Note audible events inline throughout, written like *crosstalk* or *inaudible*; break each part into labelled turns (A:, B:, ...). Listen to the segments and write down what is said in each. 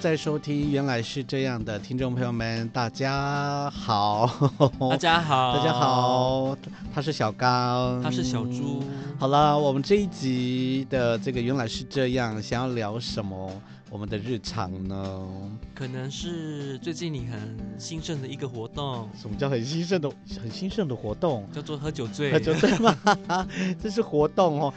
A: 在收听《原来是这样的》听众朋友们，大家好，
B: 大家好，
A: 大家，好，他是小刚，
B: 他是小猪。
A: 好了，我们这一集的这个原来是这样，想要聊什么？我们的日常呢？
B: 可能是最近你很兴盛的一个活动，
A: 什么叫很兴盛的、很兴盛的活动？呃
B: 叫做喝酒醉，
A: 就对吗？ *laughs* 这是活动哦。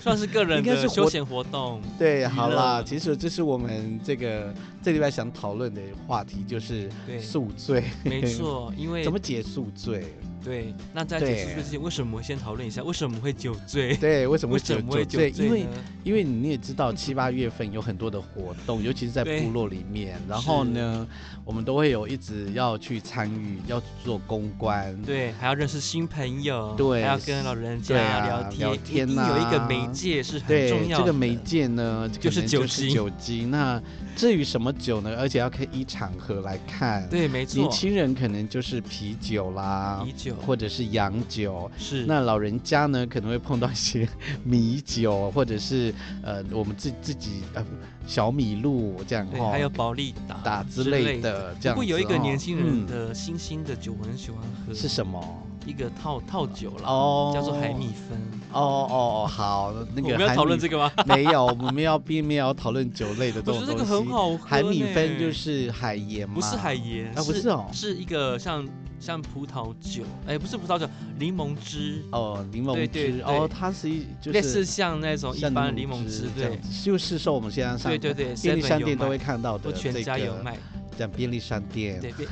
B: 算是个人
A: 应该是
B: 的
A: 活
B: 休闲活动。
A: 对，
B: 乐
A: 好啦，其实这是我们这个这礼拜想讨论的话题，就是
B: 对，
A: 宿醉，
B: 没错，因
A: *laughs*
B: 为
A: 怎么解宿醉？
B: 对。那在
A: 对
B: 结束之前，为什么先讨论一下为什么会酒醉？
A: *laughs* 对，为什么
B: 为
A: 会
B: 什
A: 酒
B: 么会酒
A: 醉？
B: 醉
A: 因为
B: 呢
A: 因为你也知道，七八月份有很多的活动，尤其是在
B: 对
A: 部落里面。然后呢，我们都会有一直要去参与，要做公关。
B: 对，还要认识新朋友，
A: 对
B: 还要跟老人家
A: 对啊
B: 聊天，
A: 聊
B: 一
A: 天
B: 定
A: 啊
B: 有一个媒介是很
A: 对
B: 重要
A: 这
B: 的。
A: 个媒介呢，可
B: 就是
A: 能
B: 酒
A: 是
B: 精
A: 酒精。那至于什么酒呢？而且要看依场合来看。，
B: 对，没
A: 年
B: 错，
A: 轻人可能就是啤酒啦，
B: 啤酒
A: 或者是洋酒。
B: 是
A: 那老人家呢，可能会碰到一些米酒，或者是呃，我们自自己呃小米露这样
B: 对，
A: 哦
B: 还有保利达
A: 打之
B: 之
A: 类
B: 的。
A: 的，这样
B: 不过
A: 子
B: 有一个
A: 哦
B: 年轻
A: 嗯
B: 人的新兴的酒，我很喜欢喝，
A: 是什么？
B: 一个套套酒啦，
A: 哦，
B: 叫做海蜜。芬。
A: 哦哦哦，好，那个
B: 我们要讨论这
A: 个。
B: 个吗？
A: 没有，我们要并没有讨论酒类的这
B: 我
A: 种东
B: 觉得这
A: 西。
B: 个很好喝。
A: 海米芬就。是海盐嘛，
B: 不是海盐，
A: 啊不是哦
B: 是一个像像葡萄酒，哎，不是葡萄酒，柠檬汁，
A: 哦，柠檬
B: 对对
A: 汁
B: 对
A: 哦，它是一就是
B: 类似像那种一
A: 像
B: 般柠檬
A: 汁
B: 汁，
A: 这样
B: 对，
A: 子，就是说我们现在上
B: 对对对，
A: 便利
B: 7-Eleven
A: 商
B: 有
A: 店都
B: 卖
A: 会看到
B: 或
A: 的
B: 全
A: 这
B: 家有
A: 个
B: 卖，
A: 讲便利商店， *laughs*
B: 对，便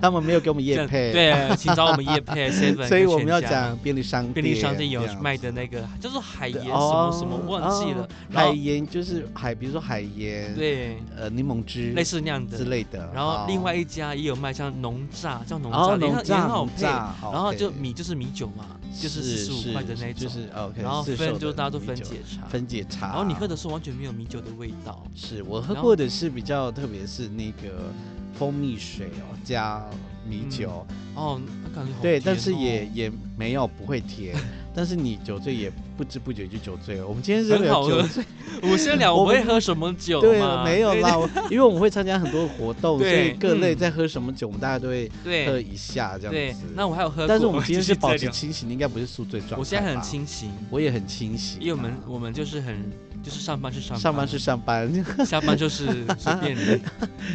A: 他们没有给我们
B: 这
A: 业
B: 样
A: 配，，
B: 对，啊请找我们
A: *laughs*
B: 叶配 seven，
A: 所以我们要讲便利商店，
B: 便利商店有
A: 这样子
B: 卖的那个叫做海盐
A: 对
B: 什
A: 哦
B: 么什么忘记了
A: 哦，
B: 然
A: 海
B: 后
A: 盐就是海，比如说海盐，，
B: 对，
A: 呃，柠檬汁
B: 类似那样
A: 之
B: 的。
A: 类的。
B: 然后
A: 哦
B: 另外，一家也有卖像农榨，叫农
A: 然后
B: 榨，
A: 浓
B: 也
A: 榨
B: 很好
A: 浓
B: 配。
A: 榨，好
B: 然后就
A: 对
B: 米就是米酒嘛，就是四
A: 是
B: 十五块的那一
A: 就
B: 种，
A: 是哦 OK，
B: 然后
A: 市售
B: 分就
A: 的
B: 大家都
A: 米
B: 分
A: 酒
B: 解茶，
A: 分啊解茶。
B: 然后你喝的时候完全没有米酒的味道，
A: 是我喝
B: 然后
A: 过的是比较特别是那个蜂蜜水哦，加米
B: 嗯
A: 酒，
B: 哦，那感觉好、哦、
A: 对，但是
B: *laughs*
A: 也也没有不会甜，但是你酒醉也不知不觉就酒醉了。我们今天是
B: 很
A: 聊
B: 好
A: 酒
B: 喝
A: 醉，
B: 我先聊，
A: 我
B: 我不会
A: 们
B: 喝什么酒
A: 对，
B: 嘛
A: 没有
B: 对
A: 啦，我因为我们会参加很多活动，所以
B: 对
A: 各类
B: 嗯
A: 在喝什么酒，我们大家都会喝
B: 对
A: 一下这
B: 对
A: 样子。，
B: 那我还有喝过，
A: 但是我
B: *laughs*
A: 们今天
B: 继续
A: 是保
B: 再
A: 持
B: 聊
A: 清醒，应该不是宿醉状态。
B: 我现在很，清醒，
A: 我也很清醒、啊
B: 因为我们我们就是很就是上班是上班，
A: 上班是上班，
B: 下班就是随便你。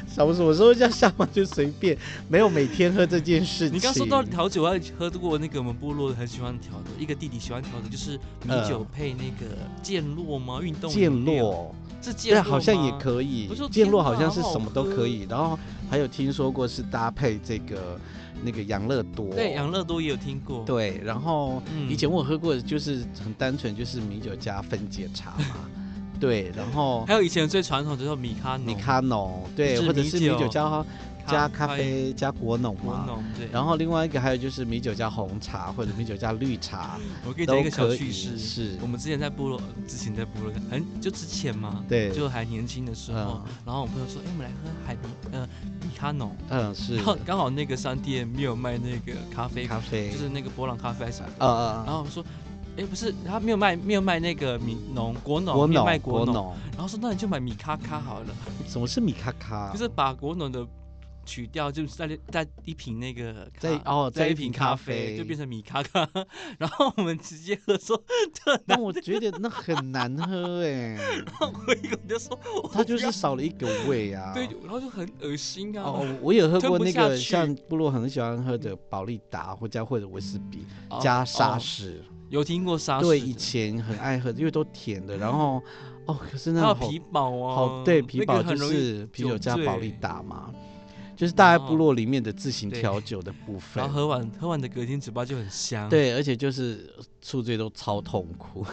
A: 什么什么时候叫上班就随便，没有每天喝这件事情。
B: 你刚说到调酒，我还喝过那个我们部落很喜欢调的，一个弟弟喜欢调的就是米酒配那个健洛吗？运动
A: 嗯
B: 饮哦
A: 健
B: 料
A: 洛，
B: 是健
A: 对，
B: 洛
A: 好像也
B: 吗
A: 可以
B: 不是。
A: 健洛
B: 天哪
A: 好像是
B: 好
A: 什么都
B: 喝
A: 可以，然后还有听说过是搭配这个那个养乐多。
B: 对，养乐多也有听过。，
A: 对，然后
B: 嗯
A: 以前我喝过的就是很单纯，就是米酒加分解茶
B: *laughs*
A: 嘛。对，然后
B: 还有以前最传统的就是米咖浓
A: 米卡农，对，
B: 就是
A: 或者是米
B: 米酒
A: 酒加加咖
B: 啡、
A: 啡加果农
B: 果
A: 嘛。
B: 浓对。
A: 然后另外一个还有就是米酒加红茶或者米酒加绿茶
B: 我跟你讲
A: 都
B: 一个小
A: 可
B: 趣
A: 以。
B: 事，
A: 是
B: 我，们之前在部落，之前在部落，很就之前嘛，
A: 对，
B: 就还年轻的时候，
A: 嗯
B: 然后我朋友说，哎、我们来喝海米呃米卡农，
A: 嗯是
B: 然后刚好那个商店没有卖那个咖啡，
A: 咖啡，
B: 就是那个博朗咖啡还是什么的，
A: 呃呃
B: 然后我说。哎，不是，他没有卖，没有卖那个米农果农，
A: 果
B: 没有
A: 农
B: 卖
A: 果
B: 农，
A: 农，
B: 然后说那你就买米咖咖好了，
A: 什么是米卡卡？
B: 就是把果农的取掉，就是在在一瓶那个咖
A: 在哦
B: 在
A: 在
B: 一
A: 一
B: 瓶
A: 瓶
B: 咖
A: 咖
B: 啡
A: 啡
B: 就变成米咖咖， *laughs* 然后我们直接喝说
A: 但我觉得那很难喝
B: *laughs*
A: 哎，
B: 我一口就说，我
A: 它就
B: 不要
A: 是少了一个味啊。
B: *laughs* 对，然后就很恶心啊。
A: 哦，我也喝
B: 吞
A: 过
B: 不
A: 那
B: 下
A: 个
B: 去
A: 像部落很喜欢喝的保利达或加或者威士比
B: 哦
A: 加沙
B: 哦
A: 士，
B: 有听过沙士的？
A: 对，以前很爱喝，因为都甜的。然后哦，可是那
B: 嗯还有
A: 种好
B: 皮宝哦，
A: 好对
B: 那
A: 皮
B: 个
A: 宝
B: 很
A: 就
B: 容易，
A: 是啤酒加
B: 酒
A: 保
B: 醉
A: 利达嘛，就是大概部
B: 哦
A: 落里面的自行
B: 对
A: 调酒的部分
B: 然后。喝完喝完的隔天嘴巴就很香，，
A: 对，而且就是呃宿醉都超痛苦。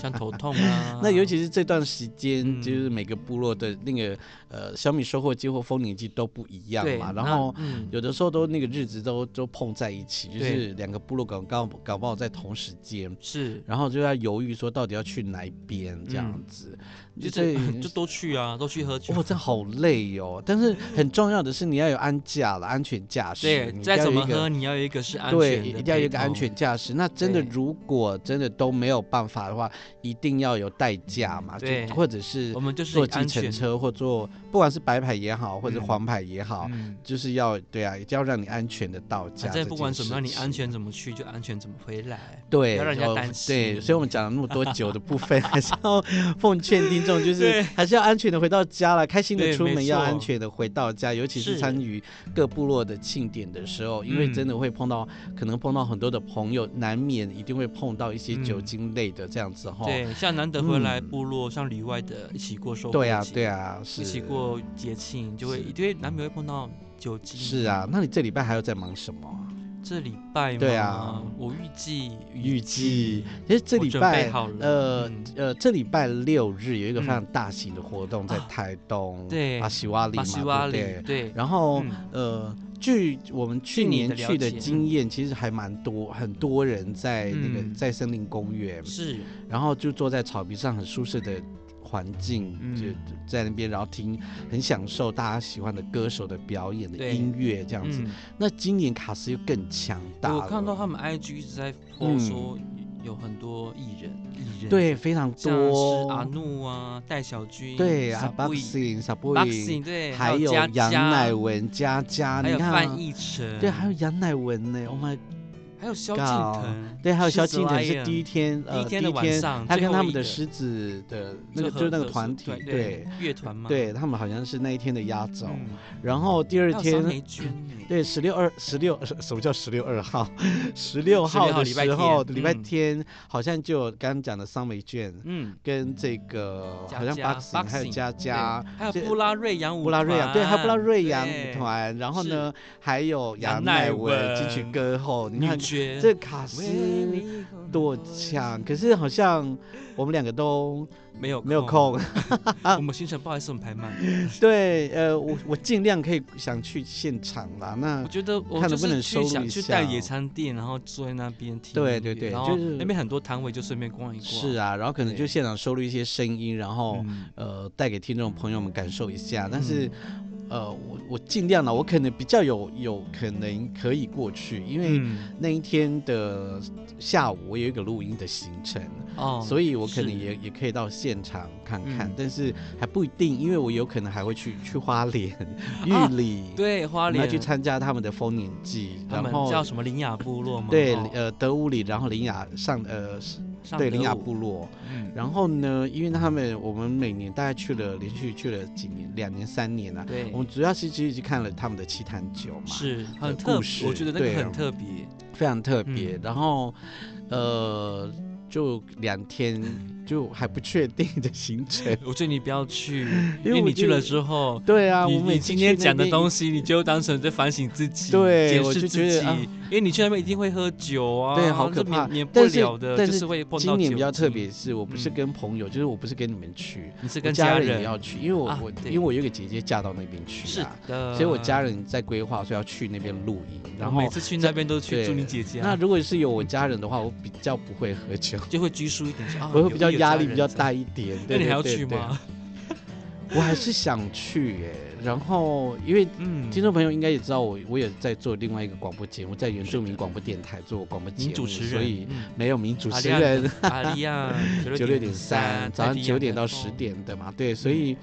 B: 像头痛啊
A: *laughs* 。那尤其是这段时间，
B: 嗯
A: 就是每个部落的那个呃小米收获季或丰年季都不一样
B: 对
A: 嘛，
B: 那
A: 然后。
B: 嗯，
A: 有的时候都那个日子都都碰在一起，就
B: 对
A: 是两个部落搞搞搞不好在同时间，
B: 是
A: 然后就在犹豫说到底要去哪一边这样子，
B: 就
A: 所以 *laughs*
B: 是嗯 *laughs* 就都去啊，都去喝酒。
A: 哇，这好累哦。但是很重要的是你要有安驾了，安全驾驶，
B: 对，
A: 你
B: 再
A: 要
B: 怎
A: 有一
B: 么
A: 个
B: 喝，你要有一个是安全
A: 对，
B: 的
A: 一定要有一个
B: 配
A: 安
B: 套。
A: 全驾驶。那真的
B: 对
A: 如果真的都没有办法的话，一定要有代驾嘛，就
B: 对
A: 或者是
B: 我们就是
A: 坐
B: 以安
A: 计程
B: 全，
A: 车或坐，不管是白牌也好，或者
B: 嗯
A: 黄牌也好，
B: 嗯，
A: 就是要对啊，一定要让你安全的到家。
B: 反正啊不管怎么样，你安
A: 全。
B: 全怎么去，就安全怎么回来。
A: 对，
B: 不要让人家
A: 就
B: 担心
A: 对，所以我们讲了那么多酒的部
B: *laughs*
A: 分，还是要奉劝听众，就是
B: 对
A: 还是要安全的回到家了，开心的
B: 对
A: 出
B: 没
A: 门，要
B: 错
A: 安全的回到家，尤其是
B: 是
A: 参与各部落的庆典的时候，因为
B: 嗯
A: 真的会碰到，可能碰到很多的朋友，难免一定会碰到一些酒
B: 嗯
A: 精类的这样子哈。
B: 对，像难得回来
A: 哦嗯
B: 部落，像里外的一起过收获
A: 对啊，
B: 节
A: 对啊，是
B: 一起过节庆，就会
A: 是
B: 一定会难免会碰到酒精。
A: 是啊，，那你这礼拜还要在忙什么啊？
B: 这礼拜
A: 对
B: 嘛
A: 啊，
B: 我预计
A: 预计其实这
B: 我
A: 礼
B: 准
A: 拜
B: 备好了
A: 呃、
B: 嗯
A: 呃，这礼拜六日有一个非
B: 嗯
A: 常大型的活动在
B: 啊
A: 台东，
B: 对
A: 巴西瓦里
B: 巴
A: 嘛，
B: 西瓦
A: 对
B: 里
A: 不对？
B: 对，
A: 然后、
B: 嗯
A: 呃，据我们去
B: 据你
A: 年
B: 的了
A: 去的
B: 解
A: 经验，其实还蛮多，很多人在那个
B: 嗯
A: 在森林公园，
B: 是
A: 然后就坐在草皮上很舒适的。环境
B: 嗯
A: 就就在那边，然后听很享受大家喜欢的歌手的表演的
B: 对
A: 音乐这样子。
B: 嗯，
A: 那今年卡斯又更强大了，嗯
B: 我看到他们 IG 一直在播说有很多艺人，艺人
A: 对非常
B: 像是
A: 多
B: 阿怒啊、戴小军、
A: 对
B: 阿
A: 啊，boxing、
B: Boxing
A: subway，
B: 对，
A: 还
B: 有佳
A: 杨
B: 佳
A: 乃，文、佳佳，
B: 还
A: 你
B: 有
A: 看
B: 范
A: 啊，
B: 逸臣，
A: 对，还有杨乃文呢，Oh my，
B: 还有萧敬
A: God
B: 腾，
A: 对，还有
B: 狮
A: 萧
B: 子
A: 敬腾
B: Lion
A: 是第一天，
B: 第
A: 呃，
B: 一天的晚上
A: 他
B: 最
A: 跟
B: 后
A: 他们
B: 一
A: 的
B: 个
A: 狮子的那个
B: 合
A: 就那个
B: 合
A: 团
B: 作
A: 体，
B: 对
A: 对，
B: 乐团嘛，
A: 对他们好像是那一天的压轴，
B: 嗯，
A: 然后第二
B: 还有
A: 天
B: 张。梅君欸，
A: 对，十六二十六， *laughs* 什么叫十六二
B: *laughs*
A: 号？十六号
B: 16号
A: 的
B: 礼拜
A: 时候，
B: 天
A: 礼拜
B: 嗯
A: 天好像就有刚刚讲的桑梅卷，
B: 嗯，
A: 跟这个
B: 佳
A: 好像
B: 佳
A: boxing 还有
B: 嗯 boxing，
A: 佳佳，
B: 还有
A: 嗯这
B: 布拉瑞扬舞
A: 布拉瑞扬，对，还有布拉瑞扬舞
B: 对
A: 团，然后呢，还有杨
B: 杨
A: 乃
B: 乃
A: 文金曲
B: 文
A: 歌后，你
B: 女
A: 看
B: 爵
A: 这卡斯多强，可是好像我们两个都
B: 没有
A: 没有，空。啊
B: 我们行程不好意思，我们排满。
A: *laughs* 嗯对，呃，我我尽量可以想去现场啦。那
B: 我觉得我
A: 看
B: 就
A: 能不能
B: 是
A: 收
B: 去
A: 录
B: 想
A: 一
B: 去带
A: 下
B: 野餐店，然后坐在那边听音
A: 对
B: 乐。
A: 对对
B: 然后
A: 就是
B: 那边很多摊位，就顺便逛一逛。
A: 是啊，然后可能就
B: 对
A: 现场收录一些声音，然后。
B: 嗯，
A: 呃带给听众朋友们感受一下。但是，呃，我我尽量了，我可能比较有有可能可以过去，因为
B: 嗯
A: 那一天的下午我有一个录音的行程，
B: 哦，
A: 所以我可能
B: 是
A: 也也可以到现场看看，
B: 嗯
A: 但是还不一定，因为我有可能还会去去花
B: *laughs*
A: 莲、
B: 啊
A: 玉里，
B: 对花
A: 我们要
B: 莲
A: 去参加他们的丰年祭，
B: 他
A: 然
B: 们
A: 后
B: 叫什么林雅部落吗？
A: 对
B: 哦，
A: 呃德乌里，然后林雅上呃是
B: 上
A: 对
B: 德
A: 林雅
B: 武
A: 部落。
B: 嗯，
A: 然后呢，因为他们我们每年大概去了连续去了几年，两年三年了、
B: 对
A: 我，们主要是其实去看了他们的七坛酒嘛，
B: 是
A: 的
B: 很特
A: 故事
B: 别，我觉得那个
A: 对啊
B: 很特别。
A: 非常特别。
B: 嗯
A: 然后，呃，就两天就还不确定的行程。
B: 我觉得你不要去，
A: *laughs* 因为
B: 因为
A: 我
B: 你
A: 觉
B: 去
A: 得
B: 了之后，
A: 对啊，
B: 你
A: 我每
B: 你
A: 次
B: 今天
A: 去那
B: 讲的
A: 边
B: 东西，你就当成在反省自己，
A: 对
B: 检
A: 我
B: 视
A: 就
B: 自
A: 觉得
B: 己
A: 啊，
B: 因为你去那边一定会喝酒啊，
A: 对好
B: 这
A: 可
B: 免
A: 怕
B: 免不
A: 但是
B: 了的，
A: 但
B: 就是是会碰到
A: 今年比较
B: 酒
A: 特
B: 精，
A: 别是，我不是
B: 嗯
A: 跟朋友，就是我不是跟你们去，
B: 你是
A: 我
B: 跟
A: 家
B: 家
A: 人也要去，因为我、
B: 啊
A: 我因
B: 对
A: 为我有一个姐姐嫁到那边去、啊，
B: 是的，
A: 所以我家人在规划说要去那边露营，
B: 我
A: 然后
B: 每次去那边都去住
A: 对
B: 你姐姐啊，
A: 那如果是有我家人的话，我比较不会喝酒，
B: 就会拘束一点，说啊，
A: *laughs* 我会
B: 有
A: 比较
B: 有
A: 压
B: 家
A: 力比
B: 人
A: 较
B: 在
A: 大，一
B: *laughs*
A: 点。
B: 那
A: 对
B: 你还要
A: 对
B: 去
A: 对
B: 吗？
A: 对我还是想去耶、然后因为
B: 嗯，
A: 听众朋友应该也知道我，我也在做另外一个广播节目，在原住民广播电台做广播节
B: 您
A: 目，
B: 主持人，
A: 所以
B: 嗯
A: 没有名主
B: 阿
A: 持
B: 利亚
A: 人
B: 的。阿利
A: *laughs*
B: 亚
A: 九六点三，
B: 3
A: 早上九点到十。
B: 太平洋
A: 点
B: 的风嗯
A: 的嘛，对，所以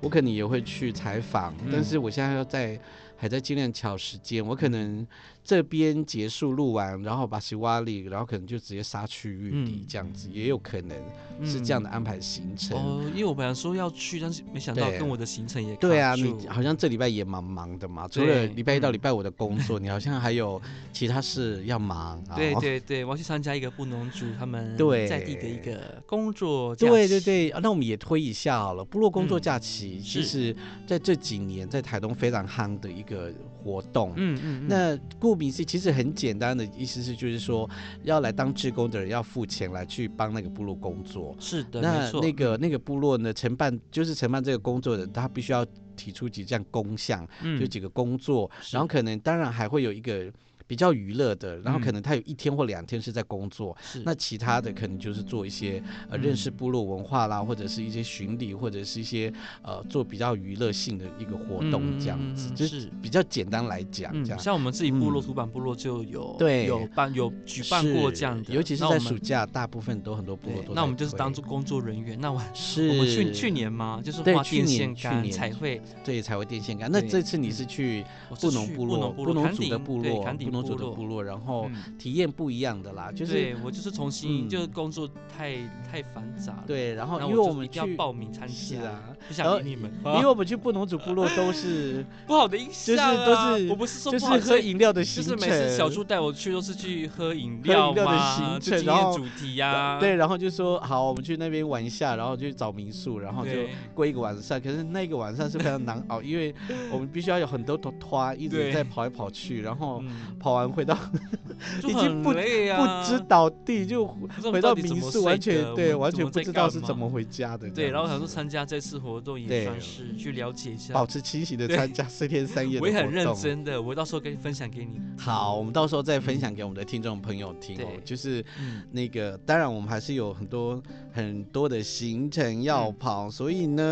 A: 我可能也会去采访，但是我现在要在还在尽量抢时间，我可能这边结束录完，然后把西瓦里，然后可能就直接杀去玉里
B: 嗯
A: 这样子，也有可能是这样的安排行程。
B: 哦，因为我本来说要去，但是没想到
A: 对
B: 跟我的行程也
A: 对啊，
B: 卡住
A: 你好像这礼拜也蛮忙的嘛，除
B: 对
A: 了礼拜一到
B: 嗯
A: 礼拜五的工作，你好像还有其他事要忙啊。
B: 对对对，我要去参加一个布农族他们
A: 对
B: 在地的一个工作假期，
A: 对对对，啊那我们也推一下好了。部落工作
B: 嗯
A: 假期，其
B: 是
A: 实在这几年在台东非常夯的一个活动。
B: 嗯，嗯嗯，
A: 那顾名思义，其实很简单的意思是，就是说要来当志工的人要付钱来去帮那个部落工作。
B: 是的，
A: 那
B: 没错，
A: 那个那个部落呢，承办就是承办这个工作的，他必须要提出几项工项，
B: 嗯
A: 就几个工作，
B: 是
A: 然后可能当然还会有一个。比较娱乐的，然后可
B: 嗯
A: 能他有一天或两天是在工作，
B: 是嗯
A: 那其他的可能就是做一些呃认识部落文化啦，或者是一些巡礼，或者是一些呃做比较娱乐性的一个活动这样子，
B: 嗯嗯嗯嗯
A: 就是
B: 是
A: 比较简单来讲
B: 嗯
A: 这，样。
B: 像我们自己部落
A: 嗯
B: 土版部落就有
A: 对
B: 有办有举办过这样的，
A: 是尤其是
B: 那
A: 在
B: 我们
A: 暑假，大部分都很多部落
B: 对
A: 都，
B: 那我
A: 在
B: 们就是
A: 推
B: 当做工作人员。那我还
A: 是
B: 我们去去年嘛，就是
A: 对
B: 画
A: 去
B: 电线
A: 年去
B: 杆
A: 年
B: 彩绘，
A: 对才会电线杆。那
B: 对
A: 这次你是去
B: 我是
A: 布农
B: 去
A: 部
B: 落
A: 落、
B: 部落
A: 农
B: 坎
A: 族的
B: 顶
A: 部
B: 对
A: 落、
B: 坎
A: 布
B: 顶
A: 农
B: 部
A: 族的部
B: 落，
A: 落，然后
B: 嗯
A: 体验不一样的啦，就是
B: 对我就是重新
A: 嗯
B: 就是工作太太繁杂了，
A: 对，然后
B: 那
A: 因为
B: 我
A: 我
B: 就是一
A: 们
B: 定要
A: 去
B: 报名参
A: 是
B: 加，
A: 啊，
B: 不
A: 然后
B: 想理你们，
A: 因为我们去布农族部落都
B: *laughs*
A: 是
B: 不好的印
A: 就是
B: 象啊
A: 都是
B: 我不是说
A: 就
B: 不
A: 是
B: 好
A: 喝
B: 是
A: 饮料的
B: 就
A: 行
B: 是
A: 程，
B: 每次小猪带我去都是去喝饮
A: 喝饮料的
B: 嘛，
A: 行
B: 就
A: 程
B: 纪
A: 然
B: 念
A: 后
B: 主题呀，
A: 对，然后就说好，我们去那边玩一下，然后就去找民宿，然后就
B: 对
A: 过一个晚上。可是那个晚上是非常难熬，因为我们必须要有很多头拖一
B: 对
A: 直在跑来跑去，然后
B: 嗯，
A: 跑完回到
B: 就
A: 已经
B: 很
A: 不
B: 累啊，
A: 不知倒地，就
B: 不知道我们
A: 回
B: 到
A: 到
B: 底怎
A: 民
B: 么
A: 宿，
B: 睡
A: 完
B: 的
A: 全对，
B: 我们
A: 完
B: 我
A: 全
B: 们
A: 不
B: 在
A: 知道
B: 干
A: 是
B: 嘛
A: 怎么回家的这样子。
B: 对，然后想说参加这次活动也
A: 对
B: 算是去了解一下，
A: 保持清醒的
B: 对
A: 参加四天三夜的
B: 我也很
A: 活
B: 认
A: 动
B: 真的，我到时候跟分享给你。
A: 好，我们到时候再分
B: 嗯
A: 享给我们的听众朋友听哦
B: 对。
A: 就是
B: 嗯，
A: 那个，当然我们还是有很多很多的行程要
B: 嗯
A: 跑，所以呢，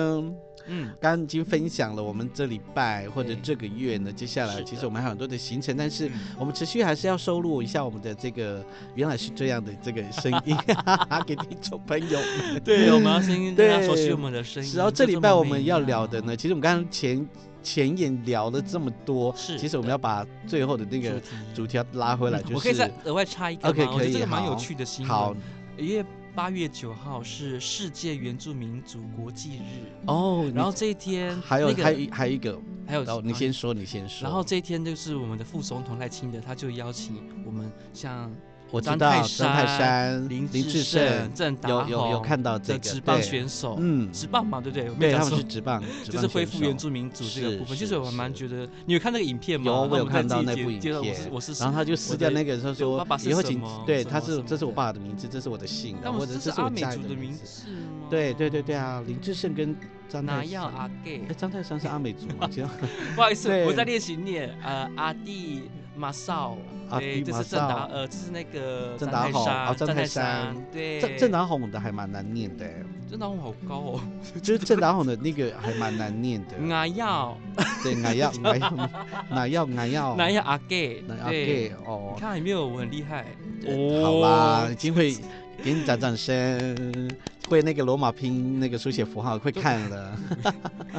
B: 嗯，
A: 刚刚已经分享了我们这礼拜或者
B: 对
A: 这个月呢，接下
B: 嗯是
A: 来
B: 的
A: 其实我们还有很多的行程，但是
B: 嗯
A: 我们持续还是要收录一下我们的这个原来是这样的这个声音， *laughs* 给听众朋友们。
B: 对，我们要先大家
A: 对
B: 熟悉我们的声音。
A: *laughs* 然后这
B: 就
A: 礼
B: 么
A: 拜我
B: 美
A: 们要聊的
B: 妙
A: 呢，其实我们刚刚前前言聊了这么多，
B: 是
A: 其实我们
B: 的
A: 要把最后的那个
B: 主题嗯
A: 主题要拉回来，就是
B: 我可以再额外插一个
A: OK，
B: 吗？我觉
A: 可
B: 得这
A: 以
B: 个蛮有
A: 好
B: 趣的新闻。
A: 好，
B: 因为八月九号是世界原住民族国际日，
A: 哦，你
B: 然后这一天
A: 还有、
B: 那个
A: 还有一还有一个，
B: 还有啊
A: 然后你先说，你先说。
B: 然后这一天就是我们的副总统赖清德，他就邀请我们像
A: 我知
B: 张
A: 道
B: 泰
A: 张泰山、
B: 林
A: 林志
B: 胜、
A: 胜
B: 郑达
A: 有有有
B: 宏
A: 看到这
B: 的
A: 个
B: 职棒
A: 对
B: 选手，
A: 嗯，
B: 职棒嘛，对不对？我没
A: 对，
B: 有
A: 他
B: 讲
A: 们
B: 错
A: 是。
B: *laughs*
A: 职棒，职
B: 就
A: 棒
B: 是恢
A: 选
B: 复原
A: 手
B: 住民族这个
A: 是
B: 部分，
A: 是
B: 就是我还蛮
A: 是
B: 觉得，你有看那个影片吗？
A: 有，
B: 他
A: 我有
B: 们在
A: 看到
B: 自己
A: 那
B: 介
A: 部影
B: 介绍我
A: 片
B: 是我是谁，
A: 然后他就
B: 我
A: 撕掉
B: 的
A: 那个，他
B: 对我
A: 说
B: 爸爸是
A: 以后
B: 什
A: 请
B: 么
A: 对，
B: 什
A: 他
B: 么什
A: 是
B: 么
A: 这是我
B: 的
A: 爸的名字，这是我的姓，然
B: 那
A: 后
B: 我
A: 或者
B: 这是
A: 是我
B: 阿美
A: 家
B: 族
A: 人
B: 的名
A: 名字。
B: 字吗？
A: 对对对对，啊，林志胜跟张
B: 哪
A: 泰
B: 样啊
A: 山，
B: 阿
A: *laughs*
B: gay？
A: 哎，张泰山是阿美族吗？ *laughs* 这样
B: 不好意思，
A: 对
B: 我在练习念呃阿弟马少，
A: 阿
B: 对
A: 弟
B: 这
A: 马
B: 是郑达
A: 少
B: 呃这是那个
A: 郑
B: 张
A: 达
B: 泰
A: 宏
B: 山
A: 哦郑
B: 郑
A: 泰
B: 泰
A: 山
B: 山 *laughs* 对
A: 郑郑达宏的还蛮难念
B: *laughs*
A: 的，
B: 郑达宏好高哦，
A: 就是郑达宏的那个还蛮难念
B: *laughs*
A: 的。
B: 哪样
A: 对，俺要俺要俺要俺要
B: *laughs* 哪样阿 gay
A: 那要
B: 对，
A: 给哦
B: 你，看有没有我很厉害
A: 呃好啦，
B: 哦
A: 已经会给你掌掌声，会那个罗马拼音那个书写符号会看了，
B: *laughs*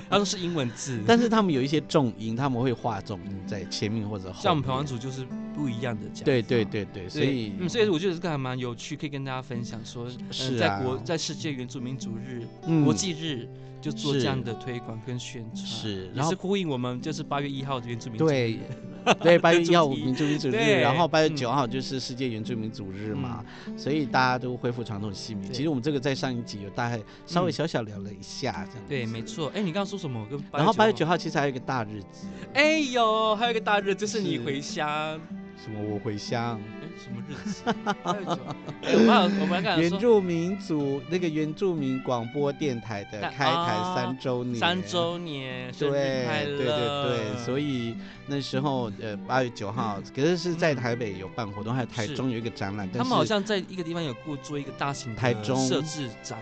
B: 他都是英文字，
A: 但是他们有一些重音，他们会画重音在前面或者后面。
B: 嗯像我们台湾族就是不一样的讲法，
A: 对对对对，所
B: 对
A: 以
B: 嗯，所以我觉得这个还蛮有趣，可以跟大家分享说，呃
A: 是
B: 在
A: 啊
B: 国在世界原住民族日、
A: 嗯
B: 国际日就做这
A: 是
B: 样的推广跟宣传，
A: 是，
B: 也
A: 然后
B: 是呼应我们就是八月一号的原住民族
A: 对
B: 日。
A: 对八月
B: 主
A: 一
B: *laughs*
A: 号
B: 题
A: 民族民族日，
B: 对
A: 然后八月九
B: 嗯
A: 号就是世界原住民族日嘛，所以大家都恢复传统习民。
B: 对
A: 其实我们这个在上一集有大概稍微
B: 嗯
A: 小小聊了一下，这样
B: 对，
A: 子
B: 没错。哎，你刚刚说什么？跟
A: 然后八月九
B: 号。
A: 号其实还有一个大日
B: *laughs*
A: 子，
B: 哎呦，还有一个大日，就是你
A: 是
B: 回乡。
A: 什么我回乡，
B: 哎，什么日
A: *laughs*
B: 子？八月九号。哎我们还有我们还敢
A: 原
B: 说
A: 住民族那个原住民广播电台的
B: 那
A: 开台
B: 啊
A: 三周年，
B: 三周年生
A: 对。
B: 日快
A: 对对
B: 乐。
A: 对所
B: 以
A: 以那时候呃八月九号，可是是在台北有办活动，还有台
B: 嗯是
A: 中有一个展览，
B: 他
A: 但
B: 们好
A: 是
B: 像在一个地方有过做一个大型的
A: 台中
B: 设置展，